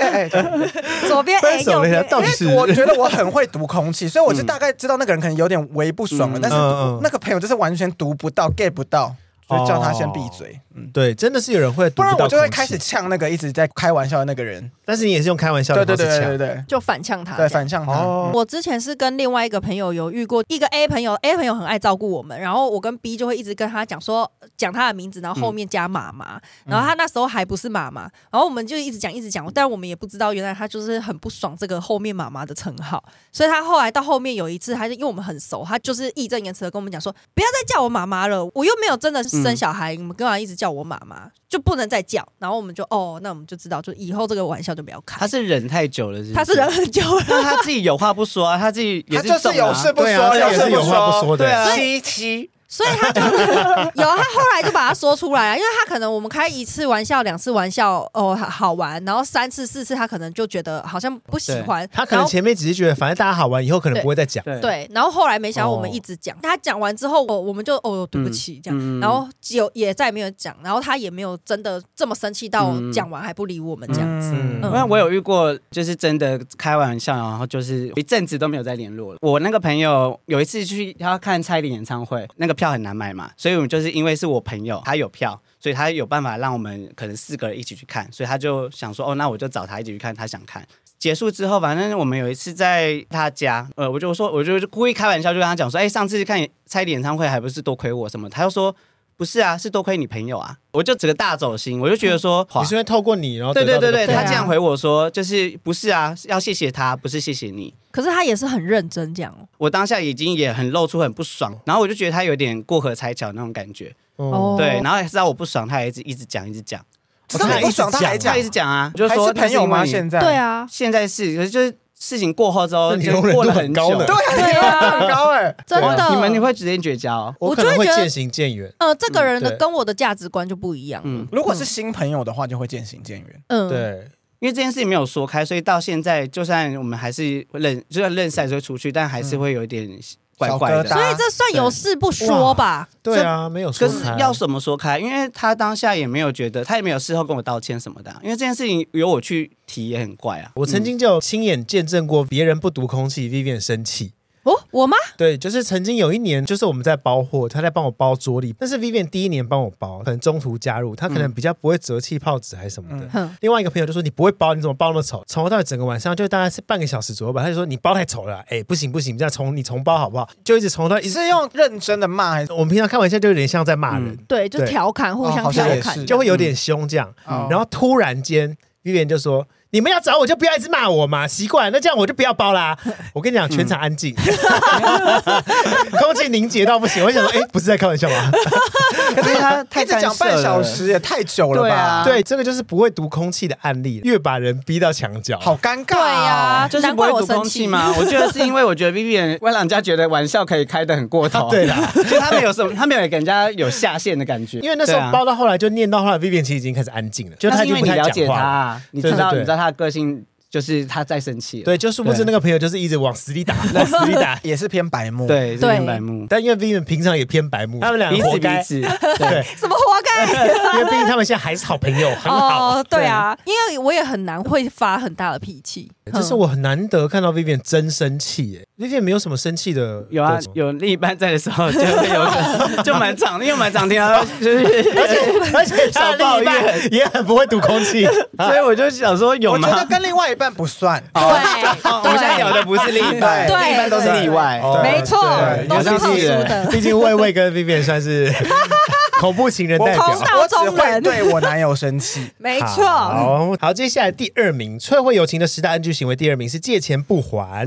C: 哎
B: 左边 A，
A: 分手
B: 右
A: 了，
B: 边 A
A: 到底是
C: 因为我觉得我很会读空气，所以我就大概知道那个人可能有点微不爽了，
D: 嗯
C: 但是
A: 嗯嗯
C: 那个朋友就是完全读不到、get 不到，就叫他先闭嘴，嗯。
A: 对，真的是有人哦会读
C: 不然
A: 到
C: 我就会
A: 空气
C: 开始，呛那个一直在开玩笑的那个人，
A: 但是你也是用开玩笑
C: 对
A: 的
C: 对
A: 方式
C: 对对对
A: 讲。
C: 对，
E: 就反呛他这
C: 对
E: 样。
C: 反向他，
A: 哦，
B: 我之前是跟另外一个朋友有遇过，一个 A 朋友，A 朋友很爱照顾我们，然后我跟 B 就会一直跟他讲说讲他的名字，然后后面加妈妈，然后他那时候还不是妈妈，然后我们就一直讲一直讲，但我们也不知道原来他就是很不爽这个后面妈妈的称号，所以他后来到后面有一次，他就因为我们很熟，他就是义正言辞的跟我们讲说，不要再叫我妈妈了，我又没有真的生小孩，你们干嘛一直叫我妈妈，就不能再叫，然后我们就哦，那我们就知道，就以后这个玩笑就不要开
D: 他。是忍太久了，是不
B: 他是忍，很久了，
D: 那他自己有话不说啊，他自己也
C: 他就是
D: 中
C: 有
D: 啊
C: 事不
A: 对啊，
C: 说，
A: 这也
C: 事
A: 是有话不
C: 说，
A: 说的。
D: 对啊
C: 七七，
B: 所以他就 有啊他后来就把它说出来啊，因为他可能我们开一次玩笑、两次玩笑哦好好玩，然后三次、四次他可能就觉得好像不喜欢，
A: 他可能
B: 然后
A: 前面只是觉得反正大家好玩，以后可能不会再讲。
D: 对，
B: 对，然后后来没想到我们一直讲，他讲完之后，我我们就哦对不起这样，
D: 嗯嗯
B: 然后就也再也没有讲，然后他也没有真的这么生气到
D: 嗯
B: 讲完还不理我们这样，
C: 嗯
D: 因为我有遇过，就是真的开玩笑，然后就是一阵子都没有再联络了。我那个朋友有一次去要看蔡依林演唱会，那个票很难买嘛，所以我们就是因为是我朋友，他有票，所以他有办法让我们可能四个人一起去看，所以他就想说，哦，那我就找他一起去看，他想看。结束之后，反正我们有一次在他家，呃，我就说，我就故意开玩笑，就跟他讲说，哎、上次看蔡依林演唱会还不是多亏我什么？他就说。不是啊，是多亏你朋友啊！我就整个大走心，我就觉得说，哇
A: 你是会透过你，然后
D: 对对对对，
B: 对啊
D: 他这样回我说，就是不是啊，要谢谢他，不是谢谢你。
B: 可是他也是很认真这样哦，
D: 我当下已经也很露出很不爽，然后我就觉得他有点过河拆桥那种感觉，
A: 哦，
B: 哦
D: 对，然后知道我不爽，他还一直一直讲一直讲，
C: 知道你不爽他还讲
D: 他一，直讲啊，就
C: 还
D: 说
C: 是朋友吗？
D: 那是因为
C: 现
D: 你
C: 在
B: 对，啊，
D: 现在是，可是就是事情过后之后，
A: 那你
D: 就
A: 容忍
D: 过了
A: 度很
D: 很
A: 高
D: 久
A: 呢
C: 对啊，
B: 对啊
C: 你很高哎，
B: 真
A: 对
B: 的，
D: 啊你们你会直接绝交。哦
A: 我
B: 我
A: 可
B: 就
A: 能
B: 会
A: 会
B: 觉得
A: 渐行渐远。
B: 呃，这个人的
A: 对
B: 跟我的价值观就不一样，
D: 嗯，
C: 如果是新朋友的话，就会渐行渐远。
B: 嗯，
A: 对，
D: 因为这件事情没有说开，所以到现在，就算我们还是会认，就算认识还是会出去，但还是会有一点怪怪
C: 小
D: 的
C: 疙瘩。
B: 所以这算有事不说吧，
A: 对啊，没有说
D: 可是
A: 开
D: 要什么说开？因为他当下也没有觉得，他也没有事后跟我道歉什么的啊、因为这件事情由我去提也很怪啊。
A: 我曾经就有亲眼见证过别人不读空气，Vivian 生气。
B: 哦，我吗？
A: 对，就是曾经有一年，就是我们在包货，他在帮我包桌历，但是 Vivian 第一年帮我包，可能中途加入，他可能比较不会折气泡纸还是什么的。
B: 哼，
A: 另外一个朋友就说：“你不会包，你怎么包那么丑？”从头到尾整个晚上，就大概是半个小时左右吧。他就说：“你包太丑了啊，哎，不行不行，这样重你重包好不好？”就一直从头到尾一
C: 你
A: 直。
C: 是用认真的骂还是？
A: 我们平常开玩笑就有点像在骂人，
B: 对，就
A: 对
B: 调侃，互
C: 哦
B: 相
C: 好
B: 调
C: 像也
B: 侃
C: 是，
A: 就会有点凶这样。
D: 哦
C: 然
A: 然后突然间，Vivian 就说：“你们要找我就不要一直骂我嘛，习惯那这样我就不要包 啦。”我跟你讲，全场安静，
D: 嗯
A: 空气凝结到不行。我想说，哎、不是在开玩笑吗？
D: 嗯可是 他 太
C: 一直讲半小时也太久了
D: 对
C: 吧
D: 啊？
A: 对，这个就是不会读空气的案例，越把人逼到墙角。
C: 好，尴尬。
B: 对
C: 哦
B: 呀
D: 干涉了，就是不会读空气吗？我觉得是因为我觉得 Vivian 会让人家觉得玩笑可以开的很过头，
A: 对啦，
D: 就他没有什么，他没有给人家有下限的感觉，
A: 因为那时
D: 对
A: 候
D: 啊
A: 包到后来就念到后来，Vivian 其实已经开始安静了，就
D: 那
A: 他
D: 是
A: 已
D: 因
A: 经
D: 为
A: 不
D: 你
A: 太
D: 了
A: 讲
D: 解他
A: 话了。
D: 啊，你
A: 对
D: 知
A: 对
D: 道
A: 对
D: 你知道他的个性就是他在生气了，
A: 对，就殊不知
D: 对
A: 那个朋友就是一直往死里打，往死里
D: 嗯
A: 打。
C: 也是偏白目。，
D: 对
B: 对
D: 是明白目，
A: 但因为 Vivian 平常也偏白目，他们俩
D: 彼
A: 活
D: 此
A: 该
D: 彼，此，对，
B: 什么活该？
A: 因为毕竟他们现在还是好朋友， 很好。
B: 哦，对啊，因为我也很难会发很大的脾气，
A: 这是我很难得看到 Vivian 真生气耶，Vivian 没有什么生气的，
D: 有啊
A: 的什，么
D: 有另一半在的时候就会有，就蛮常，因为蛮常听到，就是
A: 而且而且他的另一
D: 小抱
A: 半也很不会读空气，
D: 所以我就想说有
C: 我觉得
D: 吗？
C: 跟另外一半不算。
B: 对，
D: 哦我们现在聊
B: 对，
D: 的不是另一半，
C: 对
D: 另一半都是例外。
A: 对
C: 哦
B: 没错
A: 对，
B: 都是
D: 有
B: 特
D: 些
B: 殊
D: 是
B: 的。
A: 毕竟魏魏跟 Vivian 算是 恐怖情人代
B: 恐
A: 表
B: 怖。。
C: 我只会对我男友生气
B: 没错，
A: 好，好，接下来第二名，翠慧友情的十大 NG 行为，第二名是借钱不还。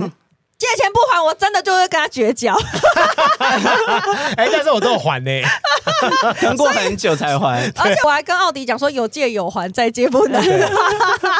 B: 借钱不还，我真的就会跟他绝交。
A: 哎，但是我都有还呢。
D: 等过很久才还。
B: 而且我还跟奥迪讲说，有借有还，再借不难。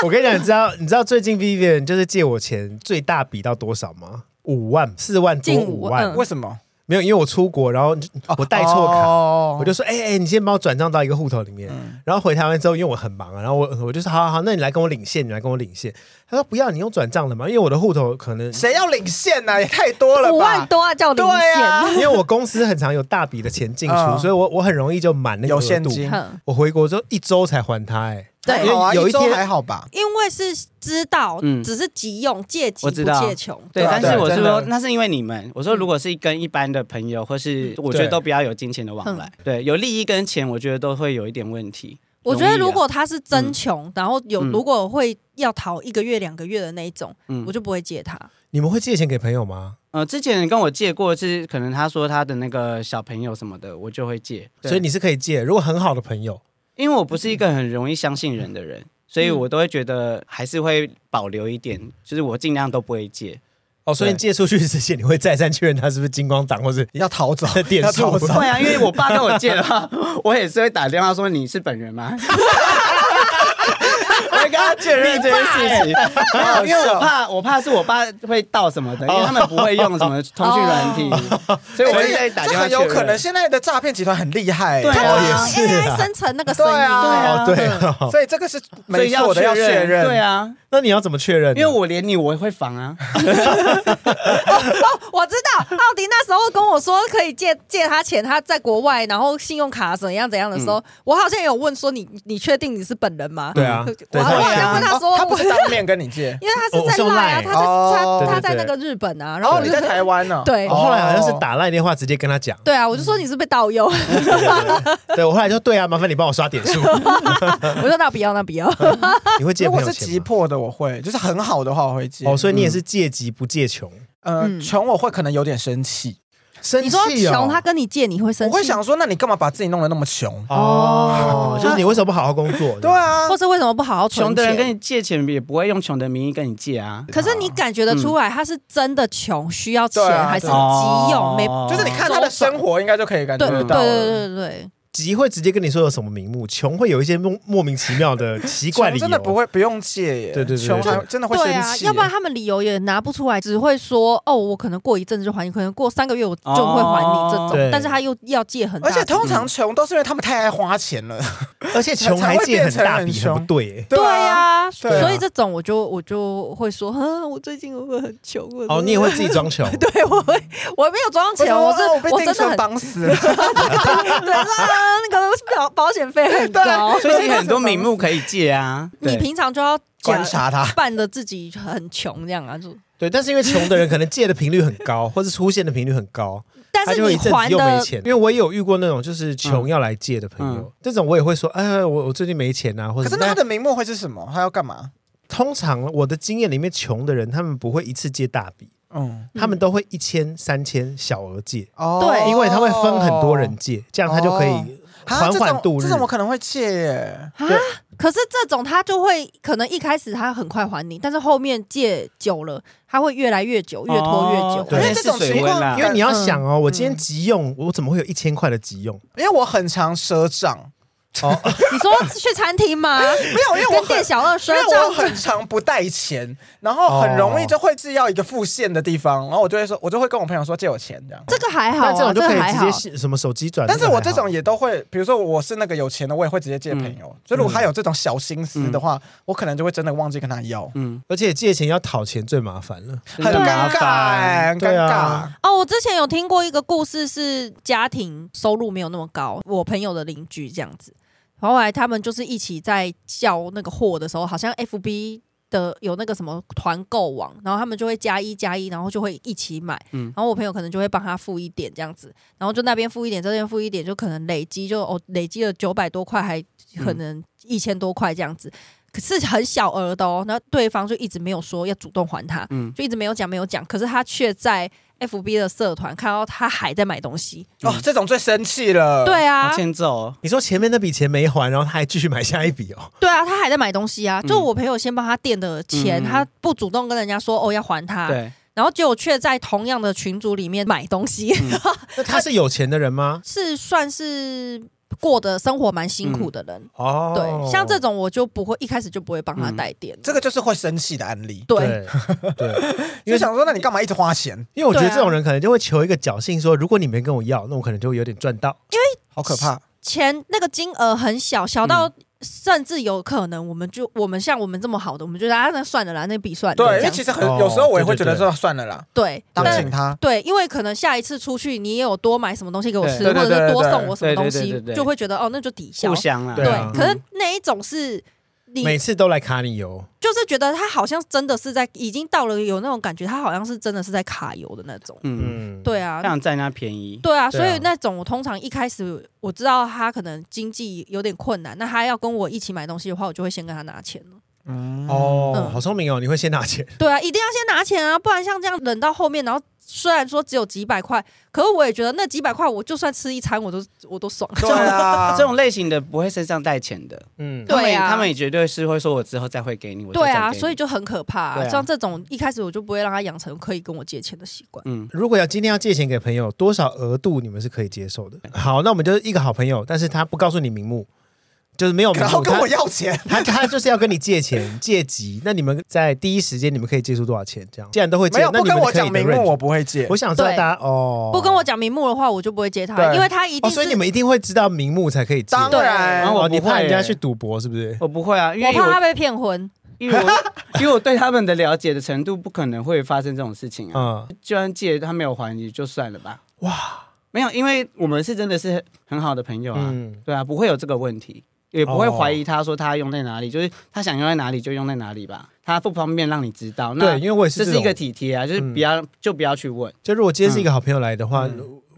A: 我跟你讲，你知道你知道最近 Vivian 就是借我钱最大笔到多少吗？五万，四万多，
B: 近
A: 五万
B: 五嗯。
C: 为什么？
A: 没有，因为我出国，然后我带错卡，
C: 哦
A: 我就说，哎、哎、你先帮我转账到一个户头里面。然后回台湾之后，因为我很忙啊，然后我我就说，好好好，那你来跟我领现，你来跟我领现。他说不要，你用转账的嘛，因为我的户头可能，
C: 谁要领现呢、也太多了吧，
B: 五万多啊，叫零
C: 对啊
B: 钱。
A: 因为我公司很常有大笔的钱进出，
C: 嗯
A: 所以我我很容易就满那个
C: 有
A: 额
C: 现
A: 度。
D: 嗯
C: 金，
B: 哼
A: 我回国之后一周才还他、哎，
B: 对
C: 还好啊，
A: 因为有一
C: 周
A: 天
C: 还好吧，
B: 因为是知道，
D: 嗯
B: 只是急用，借急
D: 我
B: 不
D: 知道
B: 借穷。
D: 对，
C: 对啊
D: 但
C: 对
D: 是
C: 啊
D: 我是
C: 真
D: 说
C: 的，
D: 那是因为你们。我说，如果是跟一般的朋友，或是我觉得
A: 对
D: 都不要有金钱的往来。对，有利益跟钱，我觉得都会有一点问题。
B: 嗯我觉得
D: 容易啊
B: 如果他是真穷，然后有
D: 嗯
B: 如果会要逃一个月两个月的那一种，
D: 嗯
B: 我就不会借他。
A: 你们会借钱给朋友吗？
D: 呃，之前跟我借过是，可能他说他的那个小朋友什么的，我就会借。对
A: 所以你是可以借，如果很好的朋友，
D: 因为我不是一
C: 嗯
D: 个很容易相信人的人，所以我都会觉得还是会保留一点，就是我尽量都不会借。
A: 哦，所以你借出去之前，你会再三确认他是不是金光党或是，
C: 要逃走
A: 点
C: 要
A: 数
C: 逃
A: 不
C: 走
A: 是。
D: 对啊，因为我爸跟我借的话， 我也是会打电话说你是本人吗？ 我会跟他确认这件事情， 没
C: 欸
D: 有，因为我怕我怕是我爸会盗什么的，
C: 哦
D: 因为他们不会用什么通讯软体， 所以我会再打
C: 哎这
D: 电话
C: 很
D: 确
C: 有可能，
D: 认。
C: 现在的诈骗集团很厉害、
D: 对啊
A: 哦也是啊
B: AI 生成那个声音，
C: 对啊
A: 哦，对哦
C: 所以这个是
D: 所
C: 没
D: 以
C: 错的，要确认。
D: 对，啊，
A: 那你要怎么确认呢？
D: 因为我连你我会 防啊，
B: 哦我知道奥迪那时候跟我说可以借借他钱，他在国外，然后信用卡怎样怎样的时候，
A: 嗯
B: 我好像也有问说你你确定你是本人吗？
A: 对啊
B: 我
A: 对
B: 我好
A: 对
B: 像
A: 啊
B: 问他说，，
C: 哦他不是当面跟你借
B: 因为他
A: 哦
B: 是
A: 我是
B: 在
A: 用
B: 赖啊，
A: Line
B: 他在
C: 哦
B: 他他在
A: 对对
B: 那个日本啊，然
C: 然
B: 后
C: 后
B: 我
C: 哦你
B: 就
C: 在台湾呢、
B: 对
A: 我后来好像是打赖电话直接跟他讲，
B: 对啊，我就说你是被盗用， 我
A: 对我后来就对啊，麻烦你帮我刷点数。
B: 说那不要那不要，
A: 你会借
C: 如
A: 朋
C: 果
A: 友
C: 是
A: 钱
C: 急
A: 吗？
C: 迫的，我会，就是很好的话我会借。
A: 哦，所以你也是借急不借穷，
C: 呃，
B: 嗯
C: 穷我会可能有点生气，
A: 生
B: 你说
A: 气哦
B: 穷他跟你借你会生
C: 我
B: 气，
C: 会想说，那你干嘛把自己弄得那么穷？
A: 哦，就是你为什么不好好工作？
C: 对，啊
B: 或，是为什么不好好存
D: 穷的人
B: 钱
D: 跟你借钱也不会用穷的名义跟你借啊，
B: 可是你感觉得出来他是真的穷，需要钱
C: 对啊
B: 还是
C: 对
B: 急用没？
C: 就是你看他的生活，应该就可以感觉
B: 对对
C: 得
B: 对
C: 到了。
B: 对对对。
A: 急会直接跟你说有什么名目，穷会有一些莫莫名其妙的奇怪理
C: 穷
A: 由，
C: 真的不会不用借耶，
A: 对对对
C: 穷
A: 对
C: 还
A: 对
C: 真的会生
B: 对啊，
C: 气耶，
B: 要不然他们理由也拿不出来，只会说哦，我可能过一阵子就还你，可能过三个月我就会还你这
D: 哦
B: 种，
A: 对
B: 但是他又要借很大
C: 而
B: 笔，
C: 且通常穷都是因为他们太爱花钱 了，
A: 而且穷还借很大笔，很不对欸。
B: 对
C: 啊，
B: 呀、
C: 对啊
B: 所以这种我就我就会说，哼，我最近我很穷，我真的
A: 哦，你也会自己装穷，
B: 对，我会我没有装钱，
C: 我
B: 我是
C: 说哦被
B: 我
C: 定
B: 真的
C: 存
B: 很
C: 绑死了，
B: 对啦，那个保保险费很高，
D: 啊所以你很多名目可以借啊。
B: 你
D: 对
B: 平常就要
C: 观察他。
B: 扮的自己很穷这样啊，就
A: 对，但是因为穷的人可能借的频率很高，或是出现的频率很高，
B: 但
A: 他
B: 是
A: 就会一
B: 你
A: 阵
B: 还
A: 子又没
B: 的
A: 钱。因为我也有遇过那种就是穷要来借的朋友
D: 嗯，
A: 这种我也会说，哎，我我最近没钱啊，或
C: 可
A: 者
C: 是那他的名目会是什么？他要干嘛？
A: 通常我的经验里面，穷的人他们不会一次借大笔，
C: 嗯，
A: 他们都会一千、三千小额借，
C: 哦
B: 对
A: 因为他会分很多人借，这样他就可
C: 哦
A: 以
C: 啊
A: 缓缓
C: 这种
A: 度日
C: 这。种我可能会借耶，
B: 啊，可是这种他就会可能一开始他很快还你，但是后面借久了，他会越来越久，越拖越久。
D: 哦
A: 对
C: 因为这种情况
D: 因为是水温啊
A: 因为你要
B: 嗯
A: 想哦，我今天急
C: 嗯
A: 用，我怎么会有一千块的急用？
C: 因为我很常赊账，
B: 你说去餐厅吗？
C: 没有， 因为我
B: 跟
C: 很
B: 店。小二啊赊
C: 因为
B: 账，
C: 我很常不带钱，然后很容易就会是要一个付现的地方，然后我就会说，我就会跟我朋友说借我钱这样。
B: 这个还好、
A: 但
B: 啊，
A: 这种就可以
B: 还
A: 直
B: 好
A: 接。是什么手机转。
C: 但是我这
A: 还
C: 种
A: 好
C: 也都会，比如说我是那个有钱的，我也会直接借朋友。
A: 嗯
C: 所以如果他有这种小心思的话，我可能就会真的忘记跟他要，
D: 嗯，
A: 而且借钱要讨钱最麻烦了。
D: 真
C: 很
D: 的麻
C: 尴尬、
D: 烦。
C: 欸，很尴
A: 对
C: 尬。
A: 啊
B: 哦，我之前有听过一个故事，是家庭收入没有那么高，我朋友的邻居这样子。然后后来他们就是一起在叫那个货的时候，好像 FB 的有那个什么团购网，然后他们就会加一加一，然后就会一起买。
D: 嗯
B: 然后我朋友可能就会帮他付一点这样子，然后就那边付一点，这边付一点，就可能累积就哦累积了九百多块，还
D: 嗯
B: 可能一千多块这样子。可是很小额的哦，然后对方就一直没有说要主动还他，
D: 嗯
B: 就一直没有讲没有讲，可是他却在 FB 的社团看到他还在买东西，
C: 哦，
A: 嗯
C: 这种最生气了。，
B: 对啊
D: 好，欠揍哦，
A: 你说前面那笔钱没还，然后他还继续买下一笔 哦，
B: 对啊，他还在买东西啊，
D: 嗯
B: 就我朋友先帮他垫的钱，
D: 嗯
B: 他不主动跟人家说哦要还他，
D: 对，
B: 然后结果却在同
C: 嗯
B: 样的群组里面买东西，
A: 那他是有钱的人吗？
B: 是算是过的生活蛮辛苦的人。
A: 哦
B: 对，像这种我就不会一开始就不会帮他带电、
C: 嗯这个就是会生气的案例。
B: 对，
A: 哦对对，因
C: 因
A: 为
C: 为想说，那你干嘛一直花钱？
A: 因为我觉得
B: 对啊
A: 这种人可能就会求一个侥幸说如果你没跟我要，那我可能就会有点赚到。
C: 好可怕！
B: 钱那个金额很小，小
C: 嗯
B: 到甚至有可能我们就我们像我们这么好的，我们就觉得啊，那算了啦，那笔算了。
C: 对，
B: 这
C: 因为
B: 样
C: 其实很
A: 哦
C: 有时候我也会
A: 对
C: 觉
A: 对
C: 得说算了啦，
B: 对，
C: 当
B: 但
C: 请他。
B: 对，因为可能下一次出去，你也有多买什么东西给我吃，
C: 对对
B: 或者
C: 对
B: 是
C: 对
B: 多
C: 对
B: 送我什么
D: 对对
B: 东
D: 对
B: 西
D: 对，对
B: 就会觉得哦，那就抵消
D: 互。相啦，
A: 对啊
B: 对，可是
D: 嗯
B: 那一种是你
A: 每次都来卡你哦油，
B: 就是觉得他好像真的是在已经到了有那种感觉，他好像是真的是在卡油的那种。
D: 嗯，
A: 嗯，
B: 对啊，
D: 想占人家便宜，
B: 对啊，
A: 对
B: 所
A: 啊
B: 以那种我通常一开始我知道他可能经济有点困难，那他要跟我一起买东西的话，我就会先跟他拿钱了。
C: 嗯，
A: 哦，
B: 嗯
A: 好聪明哦，你会先拿钱，
B: 对啊，一定要先拿钱啊，不然像这样忍到后面，然后虽然说只有几百块，可是我也觉得那几百块我就算吃一餐我都我都爽。
C: 对啊，
D: 这种类型的不会身上带钱的，
A: 嗯，
B: 对啊
D: 他们他们也绝对是会说我之后再会给你，我
B: 对
D: 再
B: 啊，
D: 给你
B: 所以就很可怕、
D: 对啊
B: 像这种一开始我就不会让他养成可以跟我借钱的习惯。
D: 嗯，
A: 如果要今天要借钱给朋友，多少额度你们是可以接受的？好，那我们就是一个好朋友，但是他不告诉你名目，就是没有名
C: 然后
A: 目，
C: 跟
A: 他
C: 我要钱，
A: 他他就是要跟你借 钱借急。那你们在第一时间你们可以借出多少钱？这样，既然都会借，
C: 没有
A: 那
C: 不
A: 你
C: 跟
A: 们可
C: 我
A: 以
C: 讲
A: 的
C: 明
A: range
C: 目，我不会借。
A: 我想知道
B: 对
A: 大家哦，
B: 不跟我讲名目的话，我就不会接他，
C: 对
B: 因为他一
A: 哦，
B: 定是、
A: 所以你们一定会知道名目才可以借。
C: 当
B: 对
C: 然，
D: 然后
A: 哦
D: 我
A: 你
D: 不会
A: 怕人家
D: 欸
A: 去赌博是不是？
D: 我不会啊，因
B: 我
D: 为
B: 怕他
D: 我
B: 被骗婚。
D: 因为我因为我对他们的了解的程度，不可能会发生这种事情啊。
A: 嗯，
D: 就算借他没有还，也就算了吧。
A: 哇，
D: 没有，因为我们是真的是很好的朋友啊，
A: 嗯，
D: 对啊，不会有这个问题，也不会怀疑他说他用在
A: 哦
D: 哪里，就是他想用在哪里就用在哪里吧，他不方便让你知道。那
A: 对，因为我也是
D: 这
A: 这
D: 是一
A: 种
D: 个体贴啊，就是
A: 嗯
D: 不要、就不要去问。
A: 就如果今天是一个好朋友来的话，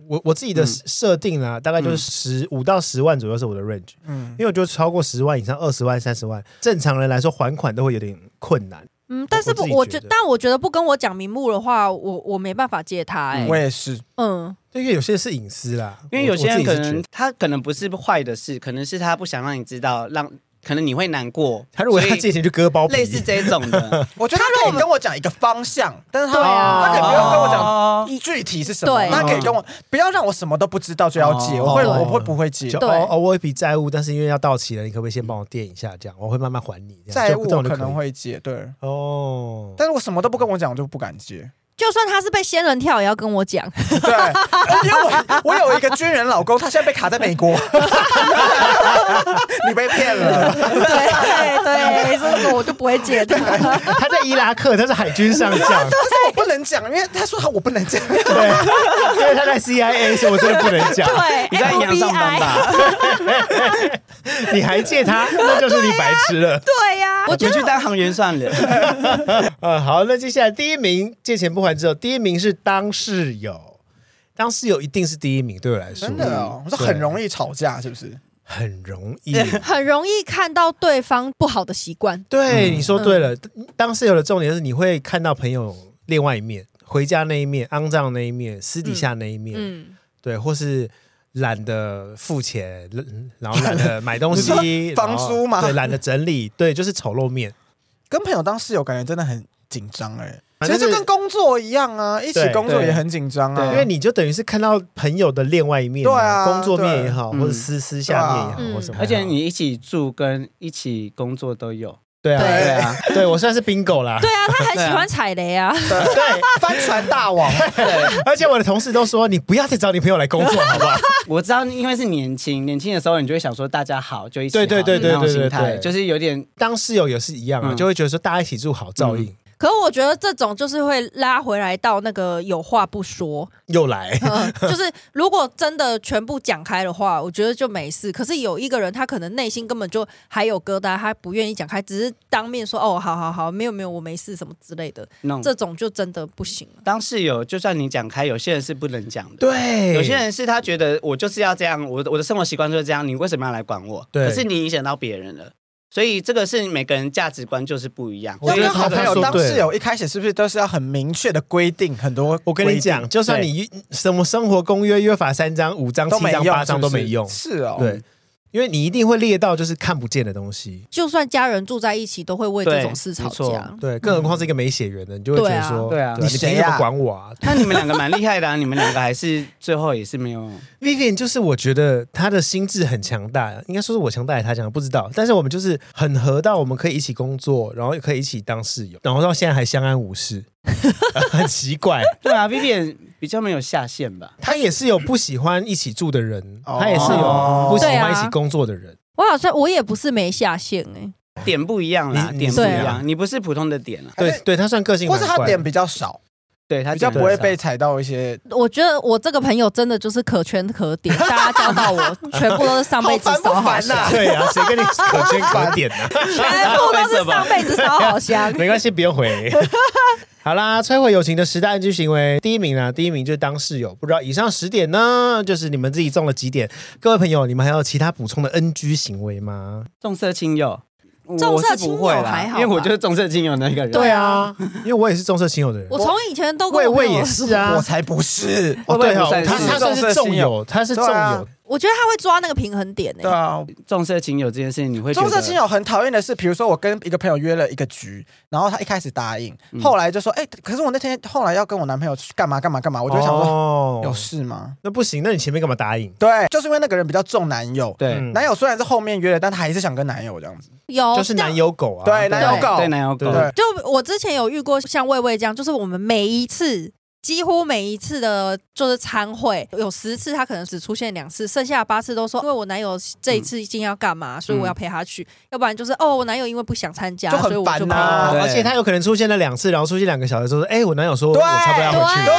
A: 我我自己的
D: 嗯
A: 设定啦、大概就是十五到十万左右是我的 range，
C: 嗯
A: 因，为我觉得超过十万以上，二十万、三十万，正常人来说还款都会有点困难。
B: 嗯，但是不，
A: 我自己
B: 我
A: 觉
B: 觉
A: 得，
B: 但我觉得不跟我讲名目的话，我我没办法借他、欸。
C: 我也是，
B: 嗯，
A: 对因为有些是隐私啦，
D: 因为有些
A: 我
D: 人
A: 我自
D: 可
A: 己是觉
D: 能
A: 得
D: 他可能不是坏的事，可能是他不想让你知道，让可能你会难过。
A: 他如果要
D: 所以
A: 借钱就割包皮，
D: 类似这种 的，
C: 我觉得他可以跟我讲一个方向，但是他
B: 对啊
C: 他可以不用跟我讲
D: 哦
C: 具体是什么，
B: 对
C: 他可以跟我不要让我什么都不知道就要借，我会
A: 哦
C: 我会不会借
A: 就？
B: 对
A: 哦哦，我有一笔债务，但是因为要到期了，你可不可以先帮我垫一下？这样我会慢慢还你。这样
C: 债
A: 就
C: 务
A: 这种
C: 我
A: 就
C: 可能
A: 以
C: 会借，对，
A: 哦。
C: 但是我什么都不跟我讲，我就不敢借。
B: 就算他是被仙人跳，也要跟 我讲。
C: 对，因 为我我有一个军人老公，他现在被卡在美国， 你被骗了。
B: 对对，所以我就不会借他。
A: 哎他在伊拉克，他是海军上 将，
C: 但是我不能讲，因为他说我不能讲。
A: 对，因为他在 CIA，所以我真的不能讲。
B: 对
D: 你在银行上
B: ，FBI。
D: 班吧？
A: 你还借 他，
C: 啊
A: 那就是你白痴了。
B: 对呀、我
D: 我
B: 觉
D: 觉
B: 得
D: 去当行员算了。
A: 呃，好，那接下来第一名借钱不还之后，第一名是当室友，当室友一定是第一名，对我来说，
C: 真的哦，我说很容易吵架，是不是？
A: 很容易。
B: 很容易看到对方不好的习惯。
A: 对，你说对了，当室友的重点是你会看到朋友另外一面，回家那一面，肮脏那一面，私底下那一面，
B: 嗯，
A: 对，或是。懒得付钱，嗯然后懒得买东
C: 你
A: 西，
C: 说房租吗
A: 然后对，懒得整理，对，就是丑陋面。
C: 跟朋友当室友，感觉真的很紧张哎。
A: 反正
C: 其实就是跟工作一样啊，一起
A: 对
C: 工作
D: 对
C: 也很紧张啊。
A: 因为你就等于是看到朋友的另外一面，
C: 对啊
A: 工作面也好，
D: 对
A: 或者私私下面也好，
B: 嗯
A: 或什么也好。
D: 而且你一起住跟一起工作都有，
A: 对啊，
D: 对啊，
A: 对我算是 bingo 啦。
B: 对啊， 他很喜欢踩雷啊。
A: 对，
C: 帆船大王，
A: 而且我的同事都说，你不要再找你朋友来工作，好不好？
D: 我知道，因为是年轻，年轻的时候你就会想说大家好，就一起
A: 对
D: 好
A: 对对对
D: 那种
A: 对对
D: 心态
A: 对
D: 就是有点
A: 当室友也是一样啊，
D: 嗯
A: 就会觉得说大家一起住好照应，
B: 可是我觉得这种就是会拉回来到那个有话不 说，
A: 又来。
B: 嗯，就是如果真的全部讲开的话，我觉得就没事。可是有一个人，他可能内心根本就还有疙瘩，他不愿意讲开，只是当面说“哦，好好好，没有没有，我没事”什么之类的，
D: 那种。
B: 这种就真的不行了。
D: 当室友，就算你讲开，有些人是不能讲的。
A: 对
D: 有些人是他觉得我就是要这样，我的我的生活习惯就是这样，你为什么要来管我？
A: 对
D: 可是你影响到别人了，所以这个是每个人价值观就是不一样。
A: 我
C: 要
A: 觉得
C: 跟
A: 他
C: 好朋友
A: 说
C: 当
A: 对
C: 室友，一开始是不是都是要很明确的规定很多？
A: 我跟你讲，，就算你什么生活公约约法三章、五章、
C: 都
A: 七
C: 没
A: 章、
C: 用，
A: 八章
C: 是不
A: 都
C: 是
A: 没用。
C: 是哦，
A: 对，因为你一定会列到就是看不见的东西。
B: 就算家人住在一起，都会为这
D: 对
B: 种事吵
D: 没错
B: 架。
A: 对，更何况是一个没血缘的，你就会觉
B: 嗯对
A: 得
B: 啊
A: 说，
D: 对啊
A: 你
C: 你
A: 凭
C: 谁
A: 什么
C: 嗯啊
A: 管我啊？
D: 那你们两个蛮厉害的、啊，你们两个还是最后也是没有
A: Vivian 就是我觉得她的心智很强大，应该说是我强大还是她强大，不知道。但是我们就是很合到，我们可以一起工作，然后也可以一起当室友，然后到现在还相安无事， 很奇怪。
D: 对 啊，Vivian 比较没有下限吧？
A: 她也是有不喜欢一起住的人，
C: 哦
A: 她也是有不喜
B: 对
A: 欢
B: 啊
A: 一起工作的人。
B: 我好像我也不是没下限哎、
D: 点不一样啦，
A: 你
D: 点不一
B: 对
D: 样
A: 啊，
D: 你不是普通的点啊，
A: 对
C: 还是
A: 对，她算个性
C: 或
A: 蛮
C: 是
A: 怪的，
C: 他点比较少，
D: 对他
C: 比较
D: 点
C: 不会
D: 少
C: 被踩到一些。
B: 我觉得我这个朋友真的就是可圈可点，大家交到我 全部都是上辈子
C: 好烦不
B: 烧好
C: 烦
B: 香
C: 呐，
A: 对啊，谁跟你 可圈可点呢、啊 。
B: 全部都是上辈子烧好香
A: 没关系，不用回。好啦，摧毁友情的十大 NG 行为，第一名啦，第一名就是当室友。不知道以上十点呢，就是你们自己中了几点？各位朋友，你们还有其他补充的 NG 行为吗？
D: 重色轻友，我
B: 重色
D: 是
B: 轻友
D: 不会啦
B: 还，好
D: 因为我
B: 吧
D: 就是重色轻友那个人。
B: 对啊，
A: 因为我也是重色轻友的人
B: 我，从以前都跟
A: 魏
B: 我朋
A: 魏
B: 友
A: 也是啊
C: 我。才 不是。
A: 哦，对
D: 会不
A: 哦，
D: 会不
A: 他
D: 算是
A: 他算是重友，他是重
C: 对啊
A: 友，
B: 我觉得他会抓那个平衡点欸呢、
C: 对啊，
D: 重色轻友这件事，情，你会觉得
C: 重色轻友很讨厌的是，比如说我跟一个朋友约了一个局，然后他一开始答应，
A: 嗯
C: 后来就说：“哎、可是我那天后来要跟我男朋友去干嘛干嘛干嘛。”我就会想说：“有
A: 哦，
C: 事吗
A: 那不行，那你前面干嘛答应？”？
C: 对，就是因为那个人比较重男友，
D: 对、
A: 嗯
C: 男友虽然是后面约的，但他还是想跟男友这样子。
B: 哦有
A: 就是男。友狗啊，
C: 对，男友
D: 对
C: 搞，
D: 对男友狗，
C: 哦对
B: 这样就我之前有遇过像魏魏这样，就是我们每一次。几乎每一次的就是餐会，有十次他可能只出现两次，剩下的八次都说，因为我男友这一次一定要干嘛，所
A: 嗯
B: 以我要陪他去，要不然就是哦，我男友因为不想参加，
C: 就很
B: 所以我就
C: 烦
B: 陪
C: 呐
B: 他。
A: 啊
D: 对
A: 而且他有可能出现了两次，然后出现两个小时之后，说哎，我男友说我差不多要回去了。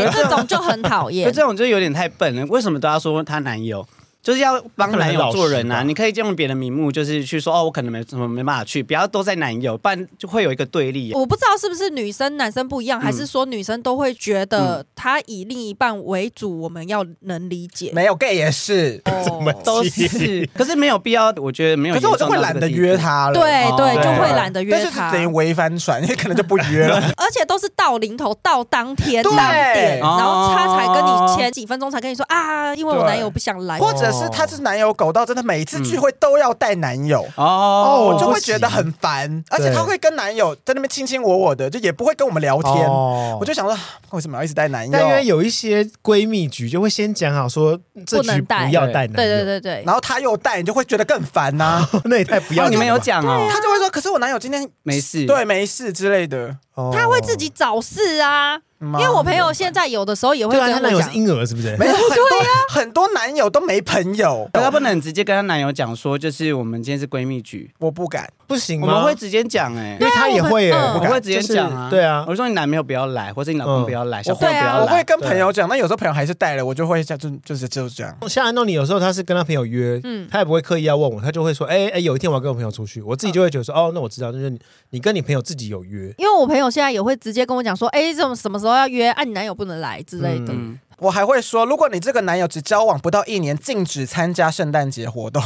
B: 对，这种就很讨
D: 就
B: 厌。
D: 这种就有点太笨了。为什么都要说她男友？就是要帮男友做人
A: 他们很老实吧
D: 啊！你可以用别的名目，就是去说哦，我可能没什么没办法去，不要都在男友，不然就会有一个 对 立。
B: 我不知道是不是女生男生不一样，还是说女生都会觉得他以另一半为主，我们要能理解。
C: 没有 gay 也是。
B: 哦，
D: 都是， 可是没有必要，我觉得没有
C: 可
D: 严
C: 是我
D: 重到
C: 就
D: 这个地
C: 会
D: 步。
C: 懒得约他了，
B: 对对，
D: 哦
B: 就会懒得
C: 但
B: 约
C: 是就
B: 他，
C: 等于违反船，因为可能就不约 了。
B: 而且都是到临头到当天
C: 对
B: 当点，然
D: 哦
B: 后他才跟你前几分钟才跟你说啊，因为我男友不想来。
C: 或者是他是男友狗到真的每一次
B: 嗯
C: 聚会都要带男友，
D: 哦，
C: 哦，我就
D: 不
C: 会觉得很烦，而且
A: 对
C: 他会跟男友在那边卿卿我我的，就也不会跟我们聊天。
A: 哦
C: 我就想说， 为什么要一直带男
A: 但因为
C: 友？
A: 有一些闺蜜局就会先讲好说，这局不要带男友，
B: 对对对对，
C: 然后他又带，你就会觉得更烦呐、
A: 对， 那也太不要脸了
D: 哦，
A: 吧。
D: 你们有讲哦，
C: 他就会说，可是我男友今天
D: 没事，
C: 对没事之类的，
A: 哦，
B: 他会自己找事啊，
C: 因
B: 因为我朋友现啊在有的时候也会
A: 对啊，
B: 跟
A: 他男
B: 我
A: 友是
B: 讲。
A: 婴儿是不是？
C: 没有很 多、很多男友都没朋友，
D: 她不能直接跟她男友讲说，就是我们今天是闺蜜局，
C: 我不敢。
A: 不行
D: 我
A: 吗？
D: 们会直接讲哎、
A: 因为他也会耶，
B: 对啊我
D: 我
B: 们
D: 会直接讲啊，
A: 就是对啊
D: 我就说你男朋友不要来，或者你老公不要来，小
C: 我
D: 朋
C: 会
D: 友不
B: 对
D: 要
B: 啊
D: 来，
C: 我会跟朋友讲，但有时候朋友还是带了，我就会这样，就就是就是这样。
A: 像安东尼有时候他是跟他朋友约，
B: 嗯
A: 他也不会刻意要问我，他就会说，哎哎，有一天我要跟我朋友出去，我自己就会觉得说，哦，那我知道，就是你你跟你朋友自己有约，
B: 因为我朋友现在也会直接跟我讲说，哎，这种什么时候要约？啊，你男友不能来之类的。
D: 嗯，
C: 我还会说，如果你这个男友只交往不到一年，禁止参加圣诞节活动。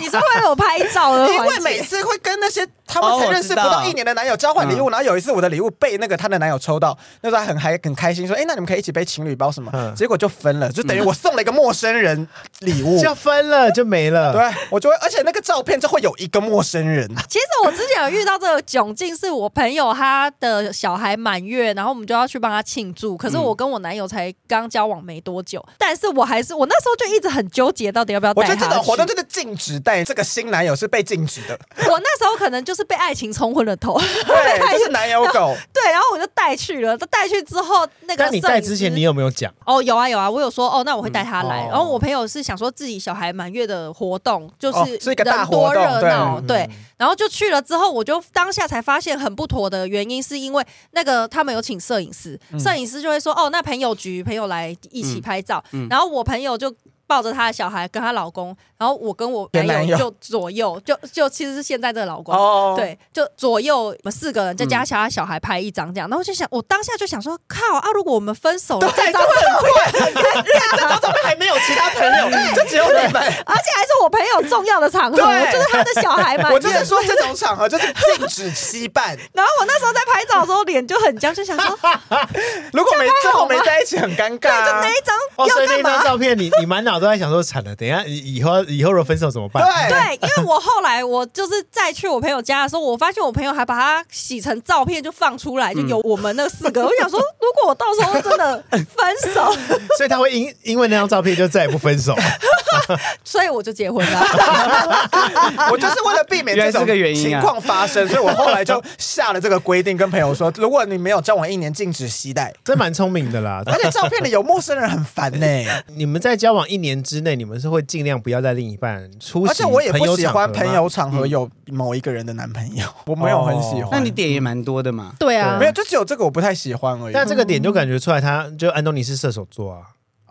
B: 你是为了我拍照而
C: 因为
B: 环
C: 每
B: 节？
C: 次会跟那些他们才认识不到一年的男友交换礼物，然后有一次我的礼物被那个她的男友抽到，那时候还很还很开心，说：“哎、那你们可以一起背情侣包什么？”
A: 嗯
C: 结果就分了，就等于我送了一个陌生人礼物。
A: 就分了就没了。
C: 哦对，啊我就会，而且那个照片就会有一个陌生人，
B: 其实我之前有遇到这个窘境，是我朋友他的小孩满月，然后我们就要去帮他庆祝。可是我跟我男友才刚交往没多久，但是我还是我那时候就一直很纠结，到底要不要
C: 我
B: 带
C: 觉
B: 他
C: 得这种活动
B: 去
C: 就是禁止带这个新男友是被禁止的，
B: 我那时候可能就是被爱情冲昏了头，
C: 对，就是男友狗，
B: 对，然后我就带去了。带去之后，那个
A: 但你
B: 摄
A: 带
B: 影
A: 之
B: 师
A: 前你有没有讲？
B: 哦，有啊有啊，我有说哦，那我会带
C: 嗯
B: 他来。
A: 哦
B: 然后我朋友是想说自己小孩满月的活动，就是、
C: 哦是一个大活动
B: 热
C: 对
B: 闹，
A: 嗯
B: 对。然后就去了之后，我就当下才发现很不妥的原因，是因为那个他们有请摄影师，
C: 嗯
B: 摄影师就会说哦，那朋友局朋友来一起拍照，
D: 嗯嗯
B: 然后我朋友就。抱着她的小孩跟她老公，然后我跟我
C: 前
B: 男
C: 男
B: 友
C: 友
B: 就左右，就就其实是现在这个老公，
C: 哦，
B: 对，就左右我们四个人，再加其他小孩拍一张这样。然后我就想，我当下就想说，靠啊！如果我们分手了，这张会，
C: 然后照片还没有其他朋 友，就只有你们。
B: 而且还是我朋友重要的场合，
C: 对
B: 就是他的小孩嘛。
C: 我就是说，这种场合 就是禁止羁 绊。
B: 然后我那时候在拍照的时候，脸就很僵，就想 说
C: 哎如果没最后没在一起，很尴尬、啊。
B: 那一张
A: 哦，所以
B: 要
A: 那
B: 干
A: 张
B: 嘛？
A: 照片你你满脑脑都在想说，惨了，等一下以以后以后如果分手怎么办？
C: 对啊
B: 对，因为我后来我就是再去我朋友家的时候，我发现我朋友还把它洗成照片就放出
C: 嗯
B: 来，就有我们那四个。我想说，如果我到时候真 的分手，
A: 所以他会因因为那张照片就再也不分手。
B: 所以我就结婚了。
C: 我啊就是为了避免
D: 原来
C: 这
D: 是
C: 种
D: 个原因
C: 情
D: 啊
C: 况发生，所以我后来就下了这个规定，跟朋友说，如果你没有交往一年，禁止携带。
A: 这蛮聪明的啦。
C: 而且照片里有陌生人很烦 呢、
A: 你们在交往一年之内，你们是会尽量不要在另一半出席，
C: 而且我也不喜欢朋
A: 朋
C: 友
A: 友
C: 场合嗯哦有某一个人的男朋友，我没有很喜欢。
D: 那你点也蛮多的嘛。
B: 对
A: 啊
C: 没有，就只有这个我不太喜欢而已。
A: 但这个点就感觉出来他，就安东尼是射手座啊，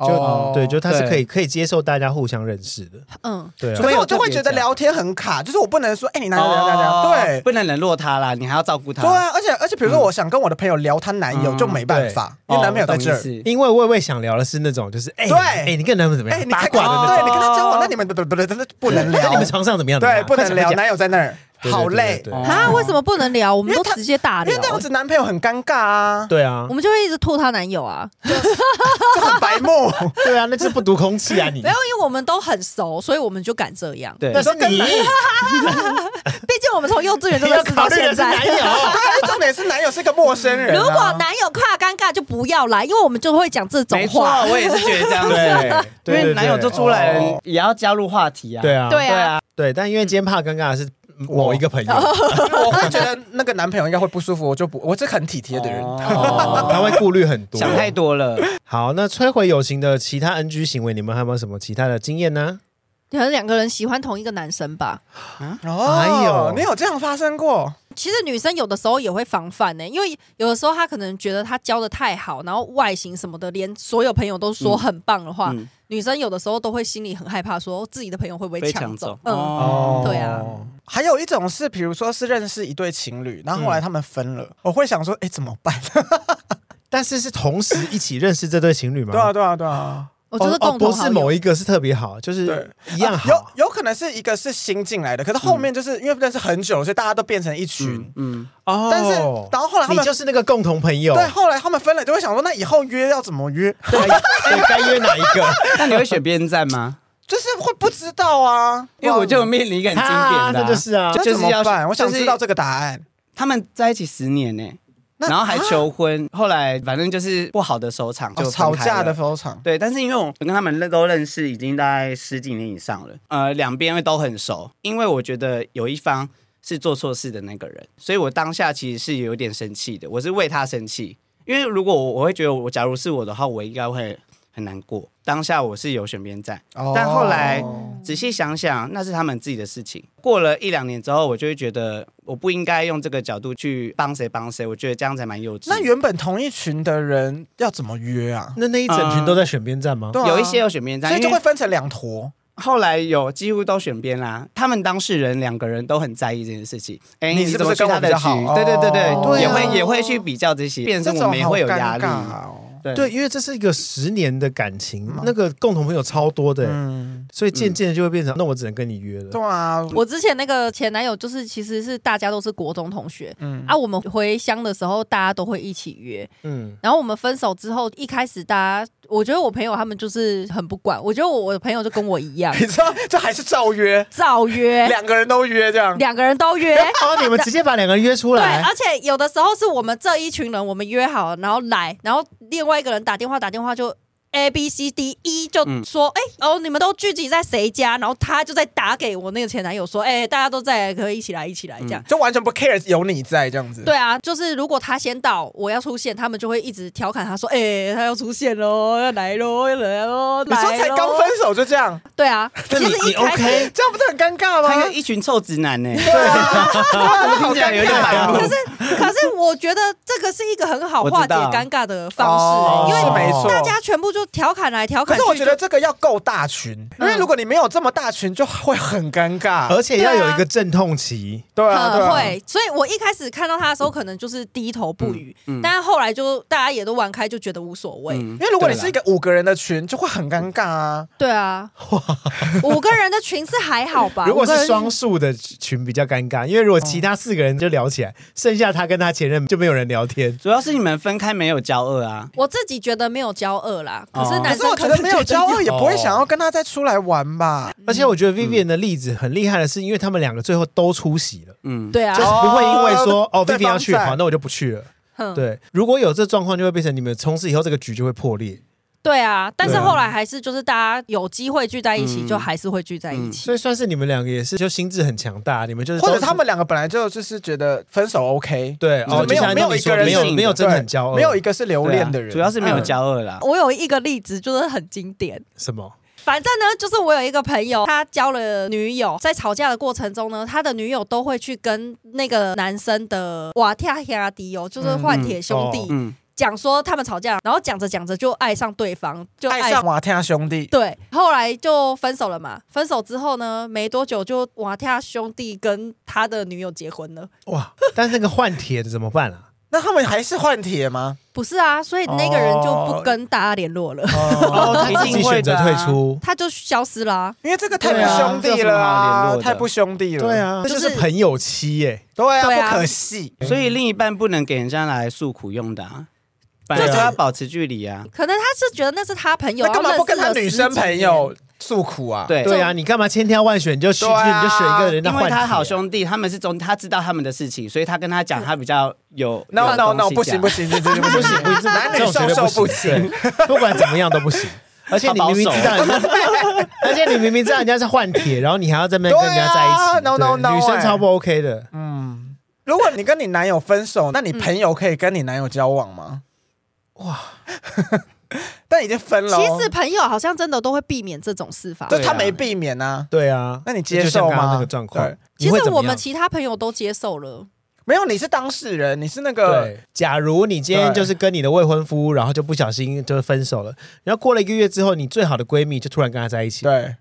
A: 就、
C: 哦
A: 对，就他是
D: 对
A: 可以可以接受大家互相认识的，
B: 嗯，
A: 对
C: 可
A: 啊。
C: 是我就会觉得聊天很卡，就是我不能说，哎、你哪里哪里
D: 哦
C: 哪里对。
D: 不能冷落他啦，你还要照顾他。
C: 对啊，而且而且，比如
A: 嗯
C: 说我想跟我的朋友聊她男友，
D: 嗯
C: 就没办法，因为男朋友在这
D: 哦
C: 儿
D: 我。懂意思
A: 因为魏魏想聊的是那种，就是哎，
C: 对
A: 哎、你跟男朋友怎么
C: 哎、
A: 样？
C: 你
A: 八
C: 才
A: 卦的
D: 那
A: 那
C: 对，
A: 种，
C: 你跟他交往，
D: 哦
C: 那你们不不不不不能聊，
A: 那你们床上怎么样？
C: 对，不
A: 快
C: 能
A: 讲
C: 聊，
A: 快讲
C: 男友在那儿，
A: 对对对
C: 好累
A: 对，对
D: 哦
B: 啊，为什么不能聊？我们
C: 因
B: 都
C: 为他
B: 直接大
C: 因
B: 聊
C: 为，这样子男朋友很尴尬啊，
A: 对啊
B: 我，们就会一直吐她男友啊。
C: 就很白目。
A: 对啊，那就是不读空气啊！你
B: 没有，因为我们都很熟，所以我们就敢这样。
D: 对
A: 那是你，
B: 毕竟我们从幼稚园 就
A: 你要
B: 认识
A: 考
B: 到
A: 虑的
B: 现
A: 是男
B: 在。
A: 友。啊
C: 对，重点是男友是个陌生人啊、
B: 如果男友怕尴尬，就不要来，因为我们就会讲这种
D: 没错，
B: 话。
D: 我也是觉得这样子，
A: 对
D: 因为男友都出来
C: 哦
D: 了，也要加入话题啊。
A: 对啊，
B: 对啊，
D: 啊，
A: 对，但因为今天怕尴尬的是某一个朋友，
C: 我会觉得那个男朋友应该会不舒服，我就不，我是很体贴的人。
D: 哦
A: 他会顾虑很多。
D: 想太多了。
A: 好，那摧毁友情的其他 NG 行为，你们还有没有什么其他的经验呢？
B: 可能两个人喜欢同一个男生吧。
C: 哦，
A: 哎呦
C: 你有这样发生过？
B: 其实女生有的时候也会防范呢、因为有的时候她可能觉得她教的太好，然后外形什么的，连所有朋友都说很棒的话，
D: 嗯嗯
B: 女生有的时候都会心里很害怕，说自己的朋友会不会
D: 被
B: 抢
D: 抢走
B: 嗯，
D: 哦
B: 对啊，
C: 还有一种是，比如说是认识一对情侣，然后后来他们分
A: 嗯
C: 了，我会想说，哎，怎么办？
A: 但是是同时一起认识这对情侣吗？
C: 对啊，对啊，对啊，
B: 我就是
A: 哦哦
B: 共同
A: 不
B: 好
A: 是
B: 友。
A: 某一个是特别好，就是
C: 对
A: 一样
C: 有
A: 好。
C: 啊有可能是一个是新进来的，可是后面就是因为认识很久了，所以大家都变成一群。
D: 嗯，
A: 哦
C: 但是，然后后来他
A: 你
C: 们
A: 就是那个共同朋友，
C: 对，后来他们分了，就会想说，那以后约要怎么约？啊
A: 对，该约哪一个？
D: 那你会选边站吗？
C: 就是会不知道啊，
D: 因为我就面临一个很经
A: 他
D: 典
A: 那
D: 的啊，
A: 就是 啊，
C: 就
D: 就是
C: 怎么
D: 要
C: 办？我想
D: 就是
C: 知道这个答案。
D: 他们在一起十年呢，
C: 那
D: 然后还
C: 啊
D: 求婚，后来反正就是不好的收场，就
C: 哦
D: 分
C: 吵
D: 开
C: 架
D: 了
C: 的收场。
D: 对，但是因为我跟他们认都认识已经大概十几年以上了，呃，两边都很熟。因为我觉得有一方是做错事的那个人，所以我当下其实是有点生气的，我是为他生气。因为如果我我会觉得我假如是我的话，我应该会很难过。当下我是有选边站，但
C: 哦
D: 后来仔细想想，那是他们自己的事情。过了一两年之后，我就会觉得我不应该用这个角度去帮谁帮谁，我觉得这样才蛮幼稚的。
C: 那原本同一群的人要怎么约啊？
A: 那那一整群都在选边站吗？
C: 对啊
D: 嗯有一些有选边站，
C: 所以就
D: 因为
C: 会分成两坨。
D: 后来有几乎都选边啦，他们当事人两个人都很在意这件事情。哎、
C: 你是
D: 怎
C: 不
D: 么
C: 是
D: 去
C: 跟我
D: 他
C: 比较
D: 的局？
C: 好
D: 对对对对，
C: 哦对
D: 也
C: 啊
D: 会也会去比较这些，变
C: 这
D: 成
C: 种
D: 我们也
C: 好
D: 会有
C: 尴
D: 压力
C: 尬。哦。
D: 对
A: 对，因为这是一个十年的感情，那个共同朋友超多的、
C: 嗯，
A: 所以渐渐的就会变成，那我只能跟你约了
C: 对。啊，
B: 我之前那个前男友就是，其实是大家都是国中同学，
C: 嗯
B: 啊，我们回乡的时候大家都会一起约，
A: 嗯，
B: 然后我们分手之后，一开始大家，我觉得我朋友他们就是很不管，我觉得我我的朋友就跟我一 样
C: ，你知道这还是照约，
B: 照
D: 哎
B: 约，
C: 两个人都约这样。
B: 两个人都 约，
A: 哦，你们直接把两个人约出
B: 对，
A: 来，
B: 而且有的时候是我们这一群人，我们约好，然后来，然后另外一个人打电话打电话就 A B C D E 就
C: 嗯
B: 说，哎、哦，你们都聚集在谁家？然后他就在打给我那个前男友说，哎、大家都在，可以一起来，一起来这样。
C: 就完全不 care 有你在这样子，
B: 对啊，就是如果他先到，我要出现，他们就会一直调侃他说：“哎、他要出现喽，要来喽，要来喽，
C: 你说
B: 来
C: 才
B: 咯哎
C: 刚分手就这样，
B: 对啊，其
A: 那你
B: 实
A: 你
B: 一开始
A: OK？
C: 这样不是很尴尬
D: 他
C: 吗
D: 跟？一群臭直男呢、
C: 对啊，
D: 听起来有点白目
B: 可是，可是我觉得这个是一个很好
D: 我知
B: 化解
D: 道
B: 尴尬的方式、因为
C: 是没错，
B: 大家全部就调侃来调
C: 可
B: 侃
C: 是
B: 去，
C: 我觉得这个要够大群，因
B: 嗯
C: 为如果你没有这么大群，就会很尴尬。
B: 啊
A: 而且要有一个阵痛期。
C: 对啊，对
B: 很
C: 啊，
B: 嗯会。所以我一开始看到他的时候，可能就是低头不语，
D: 嗯嗯
B: 但是后来就大家也都玩开，就觉得无所谓。
D: 嗯
C: 因为如果你是一
D: 对啦
C: 个五个人的群，就会很尴尬啊。
B: 对啊，五个人的群是还好吧？
A: 如果
B: 五个
A: 是
B: 人
A: 双数的群比较尴尬，因为如果其他四个人就聊起来，剩下他跟他前任就没有人聊天。
D: 主要是你们分开没有交恶啊，
B: 我自己觉得没有交恶啦，可是
D: 哦
B: 男
C: 可
B: 生
C: 是我觉得没有交恶也不会想要跟他再出来玩吧？
B: 嗯
A: 而且我
C: 嗯
A: 觉得 Vivian 的例子很厉害的是，因为他们两个最后都出席了，
D: 嗯，
B: 对啊
A: 就是，不会因为说
C: 哦
A: 哦 Vivian 要去，
C: 对方在
A: 好，那我就不去了。
B: 哼
A: 对，如果有这状况，就会变成你们从此以后这个局就会破裂。
B: 对啊，但是
A: 对啊
B: 后来还是就是大家有机会聚在一起，
D: 嗯
B: 就还是会聚在一起。
A: 所以算嗯是你们两个也是就心智很强大，你们就是
C: 或者
A: 都
C: 他们两个本来就就是觉得分手 OK，
A: 对
C: 就是
A: 哦，就
C: 没有
A: 像
C: 没有
A: 你
C: 一
A: 说
C: 个人
A: 没有
D: 性
A: 没有真的很骄傲，
C: 没有一个是留
D: 对啊
C: 恋的人，
D: 主要是没有
C: 嗯
D: 交恶啦。
B: 我有一个例子就是很经典，
A: 什么
B: 反正呢，就是我有一个朋友，他交了女友，在吵架的过程中呢，他的女友都会去跟那个男生的瓦跳亚迪哦，就是换铁兄弟、
D: 嗯，
B: 讲说他们吵架，然后讲着讲着就爱上对方，就
C: 爱上瓦天兄弟，
B: 对，后来就分手了嘛。分手之后呢，没多久就瓦跳兄弟跟他的女友结婚了。
A: 哇？但是那个换铁的怎么办啊？
C: 那他们还是换铁吗？
B: 不是啊，所以那个人就不跟大家联络了，
A: 哦，他自
D: 一
A: 己
D: 定
A: 选
D: 会
A: 择
D: 的啊
A: 退出，
B: 他就消失了、啊。
C: 因为这个太
D: 对
C: 不
D: 啊
C: 兄弟了
D: 这有什么好联
C: 啊，
D: 络的
C: 太不兄弟了，
A: 对，啊，这
B: 就
A: 就是是朋友妻耶，
C: 对
B: 对啊
C: 啊，不可惜。
D: 所以另一半不能给人家来诉苦用的、啊，本来
A: 对
D: 就
A: 啊
D: 要保持距离啊。
B: 可能他是觉得那是他朋友，
C: 那干嘛
B: 然
C: 不
B: 后
C: 跟他
B: 认识了
C: 女生
B: 十几
C: 朋
B: 年
C: 友诉苦啊？
D: 对，
A: 对啊，你干嘛千挑万选你就选
C: 对啊
A: 你就选一个人那
D: 因
A: 换
D: 为
A: 铁啊？
D: 他好兄弟，他们是中，他知道他们的事情，所以他跟他讲，他比较有。
C: ，no
D: 有
C: no
D: 东西
C: no，不行
D: 讲
C: 不，行，这这不行，男女
A: 这种
C: 授
A: 绝
C: 受
A: 对
C: 不
A: 不
C: 亲。
A: 行，对不管怎么样都不行。而且你明明知道人家，而且你明明知道人家是换铁，然后你还要在那边跟人家在一起，
C: 对啊，no，no，
A: 对
C: no，
A: 女生
C: 哎
A: 超不 OK 的。
D: 嗯
C: 如果你跟你男友分手，那你朋友可以跟你男友交往吗？ 哇，但已经分了哦，
B: 其实朋友好像真的都会避免这种事法。
C: 就
D: 对啊
C: 他没避免啊。
A: 对啊，
C: 那你接
A: 就像
C: 受
A: 刚刚
C: 吗
A: 那个状况
C: 对，
B: 其
A: 你会
B: 实
A: 怎么
B: 我
A: 样
B: 们其他朋友都接受了，
C: 没有，你是当事人，你是那个
A: 对，假如你今天
C: 呃对
A: 就是跟你的未婚夫，然后就不小心就分手了，然后过了一个月之后，你最好的闺蜜就突然跟他在一起，
C: 对，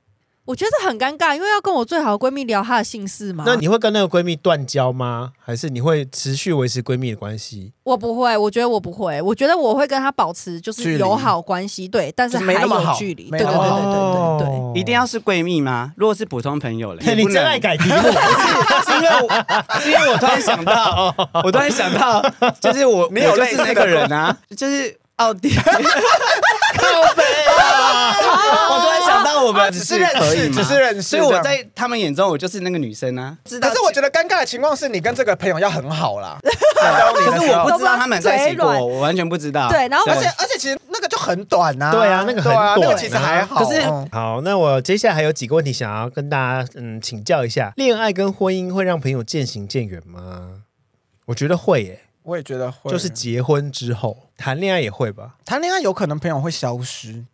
B: 我觉得很尴尬，因为要跟我最好的闺蜜聊她的姓氏嘛。
A: 那你会跟那个闺蜜断交吗？还是你会持续维持闺蜜的关系？
B: 我不会，我觉得我不会，我觉得我会跟她保持就
C: 距
B: 是
C: 离
B: 友好关系，对，但是
C: 就是没
B: 还
C: 那么
B: 有
C: 好
B: 距离，
C: 没
B: 对
C: 那
B: 对
C: 么
B: 对对对对对。
D: 一定要是闺蜜吗？如果是普通朋友 嘞，也
A: 你
D: 不能
A: 真爱改题目，
D: 是因为我，是因为我突然想 到，我突然想到，就是我，
C: 你有
D: 我就
C: 类
D: 是
C: 似的
D: 那个人啊，就是 奥迪，靠
C: 哦
D: 北啊！我突然想到，我们
C: 啊只是认
D: 可以
C: 识，
D: 吗
C: 只是认识。
D: 所以我
C: 这样，
D: 在他们眼中，我就是那个女生啊。知道
C: 可是我觉得尴尬的情况是你跟这个朋友要很好 啦，交你的
D: 可
C: 时
D: 是
C: 候
D: 我不知道他们在一起过，
B: 嘴软
D: 我完全不知道。
B: 对然后
C: 而且而且其实那个就很短呐、
A: 对啊那个很
C: 对啊，那个
A: 短
C: 其实还好。
D: 可是
C: 嗯
A: 好，那我接下来还有几个问题想要跟大家嗯请教一下：恋爱跟婚姻会让朋友渐行渐远吗？我觉得会耶、
C: 我也觉得会，
A: 就是结婚之后谈恋爱也会吧。
C: 谈恋爱有可能朋友会消失，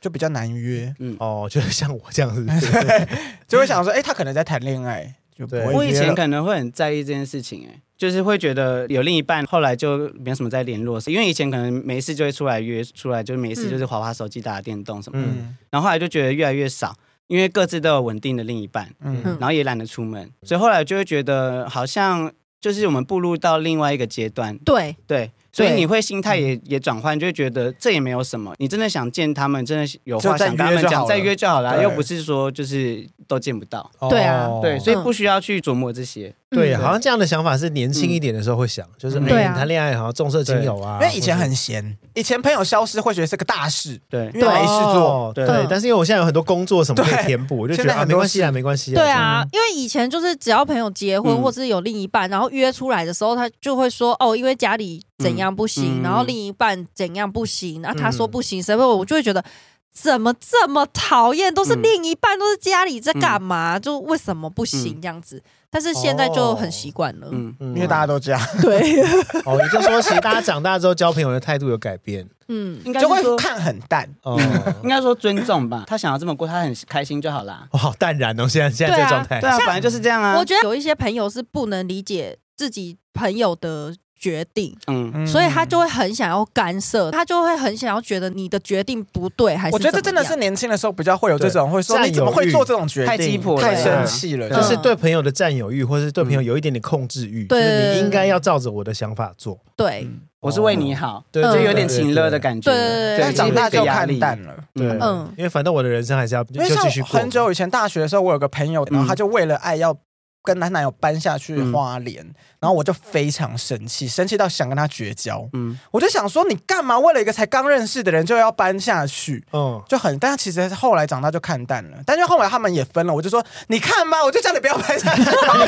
C: 就比较难约，
A: 哦，就是像我这样子，对
C: 就会想说，哎、他可能在谈恋爱，就不
A: 对
D: 我
C: 会
D: 以
C: 约
D: 前
C: 了。
D: 可能会很在意这件事情、哎，就是会觉得有另一半，后来就没什么再联络，因为以前可能没事就会出来约，出来就没
B: 嗯
D: 事就是滑滑手机、打打电动什么的，
A: 嗯
C: 嗯，
D: 然后后来就觉得越来越少，因为各自都有稳定的另一半，
C: 嗯
B: 嗯
D: 然后也懒得出门，所以后来就会觉得好像就是我们步入到另外一个阶段，
B: 对，
D: 对。所以你会心
C: 嗯
D: 态也也转换，就会觉得这也没有什么。你真的想见他们，真的有话
C: 就再
D: 想跟他
C: 约
D: 们
C: 就好
D: 讲，
C: 了
D: 再约就好了，
C: 对
D: 又不是说就是都见不到。
B: 对啊
A: 哦
D: 对，所以不需要去琢磨这些。
A: 对，
C: 啊
B: 嗯
A: 好像这样的想法是年轻一点的时候会想，就是
D: 嗯
A: 哎，
B: 对
A: 你
B: 啊
A: 谈恋爱好像重色轻友啊，
C: 因哎为以前
A: 或者
C: 很闲，以前朋友消失会觉得是个大事，
D: 对
C: 因为没事做。
A: 哦对
B: 嗯，
A: 但是因为我现在有很多工作什么可
C: 对
A: 以填补，我就觉
C: 现
A: 得
C: 在
A: 啊，
C: 很
A: 没
C: 多
A: 关系啊，没关系啊，
B: 对啊，因为以前就是只要朋友结婚
D: 嗯
B: 或是有另一半，然后约出来的时候，他就会说哦，因为家里怎样不行，
D: 嗯嗯
B: 然后另一半怎样不行，然后他说
A: 嗯
B: 不行，谁会我就会觉得怎么这么讨厌，都是
D: 嗯
B: 另一半，都是家里
C: 嗯
B: 在干嘛，就为什么不行这样子？但
C: 哦
B: 是现在就很习惯了，
D: 嗯，
A: 嗯，
C: 因为大家都这样，
B: 对，
A: 家 哦，也就是说，其实大家长大之后交朋友的态度有改变
B: 嗯，
D: 应该
C: 就
D: 就
C: 会
D: 说，
C: 看很淡。
A: 哦。
C: 嗯
D: 应该说尊重吧。他想要这么过，他很开心就好啦。
A: 我好淡然 哦，现在现在这个状
C: 哎
A: 态
D: 对，啊，本来就是这样啊。
B: 我觉得有一些朋友是不能理解自己朋友的决定，
D: 嗯，
C: 哦
B: 所以他就
C: 会，
B: 会很想要干涉，他就会很想要觉得你的决定不对，还是
C: 我觉得这
B: 怎
C: 真
B: 么
C: 的
B: 样
C: 是年轻的时候比较会有这种，会说
A: 占有
C: 你怎么会做这种决定？
D: 欲太鸡婆了
C: 太生气了，
D: 对
A: 就是
B: 嗯
A: 对朋友的占有欲，或是对朋
C: 嗯
A: 友有一点点控制欲，就
B: 对
A: 是你应该要照着我的想法做。
B: 对，
D: 我是为你好，
A: 对，
B: 嗯
D: 就
A: 对
D: 有点情乐的
A: 觉。
D: 感觉。
B: 对对对对
C: 但长大就看淡
D: 了。
C: 了。
A: 对，对
B: 嗯
A: 因为反正我的人生还是要
C: 因
A: 就
C: 为像
A: 继续
C: 我
A: 过。嗯
C: 很久以前大学的时候，我有个朋友，然后他就为了爱要跟她男友搬下去花莲，然后我就非常生气，生气到想跟她绝交。嗯，我就想说，你干嘛为了一个才刚认识的人就要搬下去？
A: 嗯，
C: 就很，但其实后来长大就看淡了。但是后来他们也分了，我就说你看吧，我就叫你不要拍下去，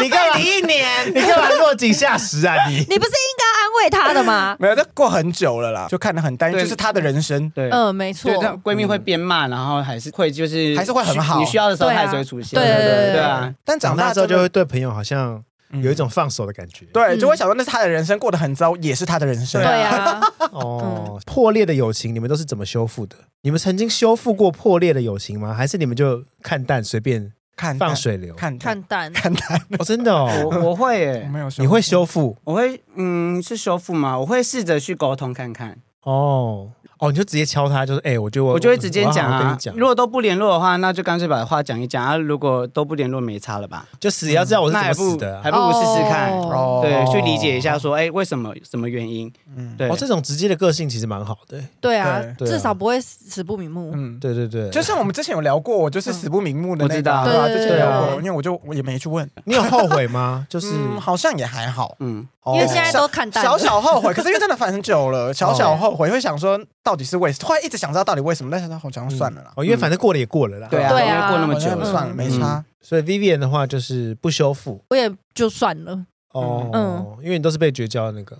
A: 你干嘛？
C: 一年
A: 你干嘛落井下石啊你？
B: 你不是应该安慰她的吗？
C: 没有，这过很久了啦，就看得很淡，
D: 对
C: 就是他的人生。
D: 对，
B: 嗯，没
D: 就
B: 错
D: 是。她闺蜜会边骂，然后还是会就是
C: 还是会很好
D: 你需要的时候
B: 对啊
D: 她还是会出现，
B: 对
D: 对
B: 对
D: 对
B: 对
D: 啊，
C: 但 长
A: 长
C: 大
A: 大之后
C: 真的
A: 就嗯会对朋友好像
C: 嗯
A: 有一种放手的感觉。
C: 对，就会想说那是他的人生过得很糟，也是他的人生。
B: 对啊，
D: 嗯
A: 哦，破裂的友情你们都是怎么修复的？你们曾经修复过破裂的友情吗？还是你们就看淡随便
C: 看淡
A: 放水流？
C: 看淡
B: 看淡。
C: 看淡，
A: 哦，真的 哦，
D: 我我会耶，
C: 没有修复
A: 你会修复
D: 我会嗯是修复吗？我会试着去沟通看看，
A: 哦哦，你就直接敲他，就是哎，我就
D: 我就会直接
A: 我
D: 讲
A: 好好跟
D: 啊
A: 你。讲，
D: 如果都不联络的话，那就干脆把话讲一讲啊。如果都不联络，没差了吧？
A: 就死也要知道我是
D: 那
A: 怎么
D: 还不
A: 死的啊。
D: 还不如试试看，
B: 哦
D: 对，去理解一下说，哎，为什么什么原因？
C: 嗯
D: 对
A: 哦，，这种直接的个性其实蛮好的。哎
B: 对啊
C: 对，
A: 对啊
B: 至少不会死不瞑目。
C: 嗯，
A: 对对对，
C: 就像我们之前有聊过，我就是死不瞑目的那
D: 我知道
C: 个对啊，
B: 对
C: 之
B: 对
C: 前聊过，
B: 对
C: 因为我就我也没去问，
A: 你有后悔 吗？就是
C: 嗯，好像也还好，
D: 嗯，
B: 因为现在都看淡了
C: 哦小小后悔，可是因为真的烦很久了，小小后悔会想说到底是为，会一直想知道到底为什么，但是好像算了啦，
A: 哦，因为反正过了也过了啦。
D: 嗯对啊，
B: 对啊
D: 因为过那么
C: 我
D: 久
C: 觉得
D: 了，
C: 算了，没差，
A: 所以 Vivian 的话就是不修复
B: 我也就算了。
A: 哦，
B: 嗯
A: 因为你都是被绝交的那个。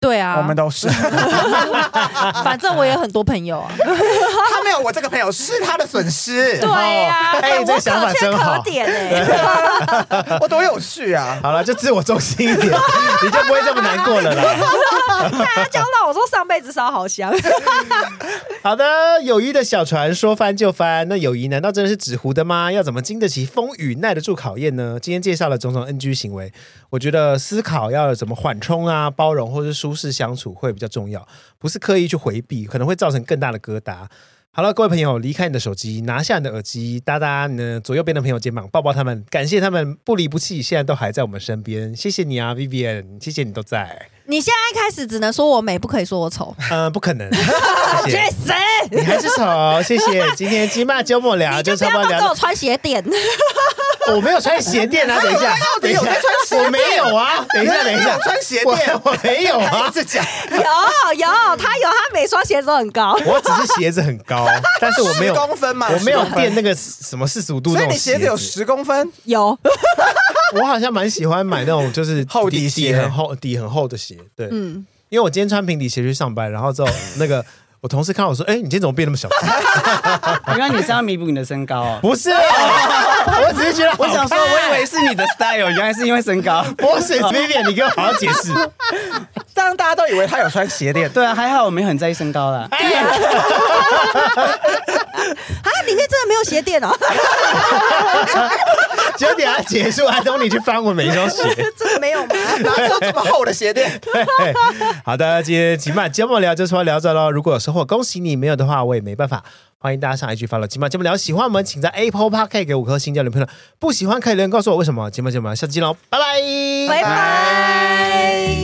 B: 对啊，
C: 我 们都是，
B: 反正我也有很多朋友啊。
C: 他没有我这个朋友是他的损失，
B: 呀
A: 哎
B: 我
A: 这个想法
B: 可圈
A: 真好
B: 可点哎。
C: 我多有趣啊！
A: 好了，就自我中心一点， 你就不会这么难过了啦。
B: 大家教到我说上辈子烧好香，
A: 好的，友谊的小船说翻就翻，那友谊难道真的是纸糊的吗？要怎么经得起风雨，耐得住考验呢？今天介绍了种种 NG 行为，我觉得思考要怎么缓冲啊、包容或是舒适相处会比较重要，不是刻意去回避，可能会造成更大的疙瘩。好了，各位朋友，离开你的手机，拿下你的耳机，搭搭你的左右边的朋友肩膀，抱抱他们，感谢他们不离不弃，现在都还在我们身边，谢谢你啊，Vivian，谢谢你都在。
B: 你现在开始只能说我美，不可以说我 丑。
A: 嗯、不可 能，谢谢
B: 确。实，
A: 你还是丑，谢谢。今天金马周末聊
B: 你啊就
A: 就
B: 不
A: 差不多
B: 要再给
A: 聊
B: 我。穿鞋 垫。
A: 我没有穿鞋垫 啊，等一下，等一下，我没有啊，等一下，等一下，
C: 穿鞋
A: 我
C: 垫，
A: 我没有啊，
C: 这讲
B: 有有，他有，他每双鞋都很高。
A: 我只是鞋子很 高，但是我没
C: 十
A: 有，
C: 公分嘛，
A: 我没有
C: 10公分
A: 垫那个什么四十五度
C: 所
A: 那
C: 以
A: 种
C: 你鞋子有十公分，
B: 有，
A: 我好像蛮喜欢买那种就是
C: 厚底鞋
A: 很厚、底很厚的鞋。对，
B: 嗯，
A: 因为我今天穿平底鞋去上班，然后之后那个我同事看我说：“哎，你今天怎么变那么小只
D: 因为你是要弥补你的身高？”哦。
A: 不 是啊，我只是觉得好
D: 我
A: 看
D: 想说，我以为是你的 style，原来是因为身高。
A: 不是 Vivian，你给我好好解释。
C: 让大家都以为他有穿鞋垫。
D: 对啊，还好我没有很在意身高啦。
B: 啊，里面真的没有鞋垫 哦，
A: 结果等一下结束，还等你去翻我每一双鞋。
B: 真的没有吗？
C: 哪有这么厚的鞋垫？
A: 对好的，今天吉曼节目聊就说聊这喽。如果有收获，恭喜你；没有的话，我也没办法。欢迎大家上 IG follow 吉曼节目聊。喜欢我们，请在 Apple Park 可以给五颗星交流评论。不喜欢可以留言告诉我为什么。节目节目，下次见喽，拜拜。
B: 拜拜。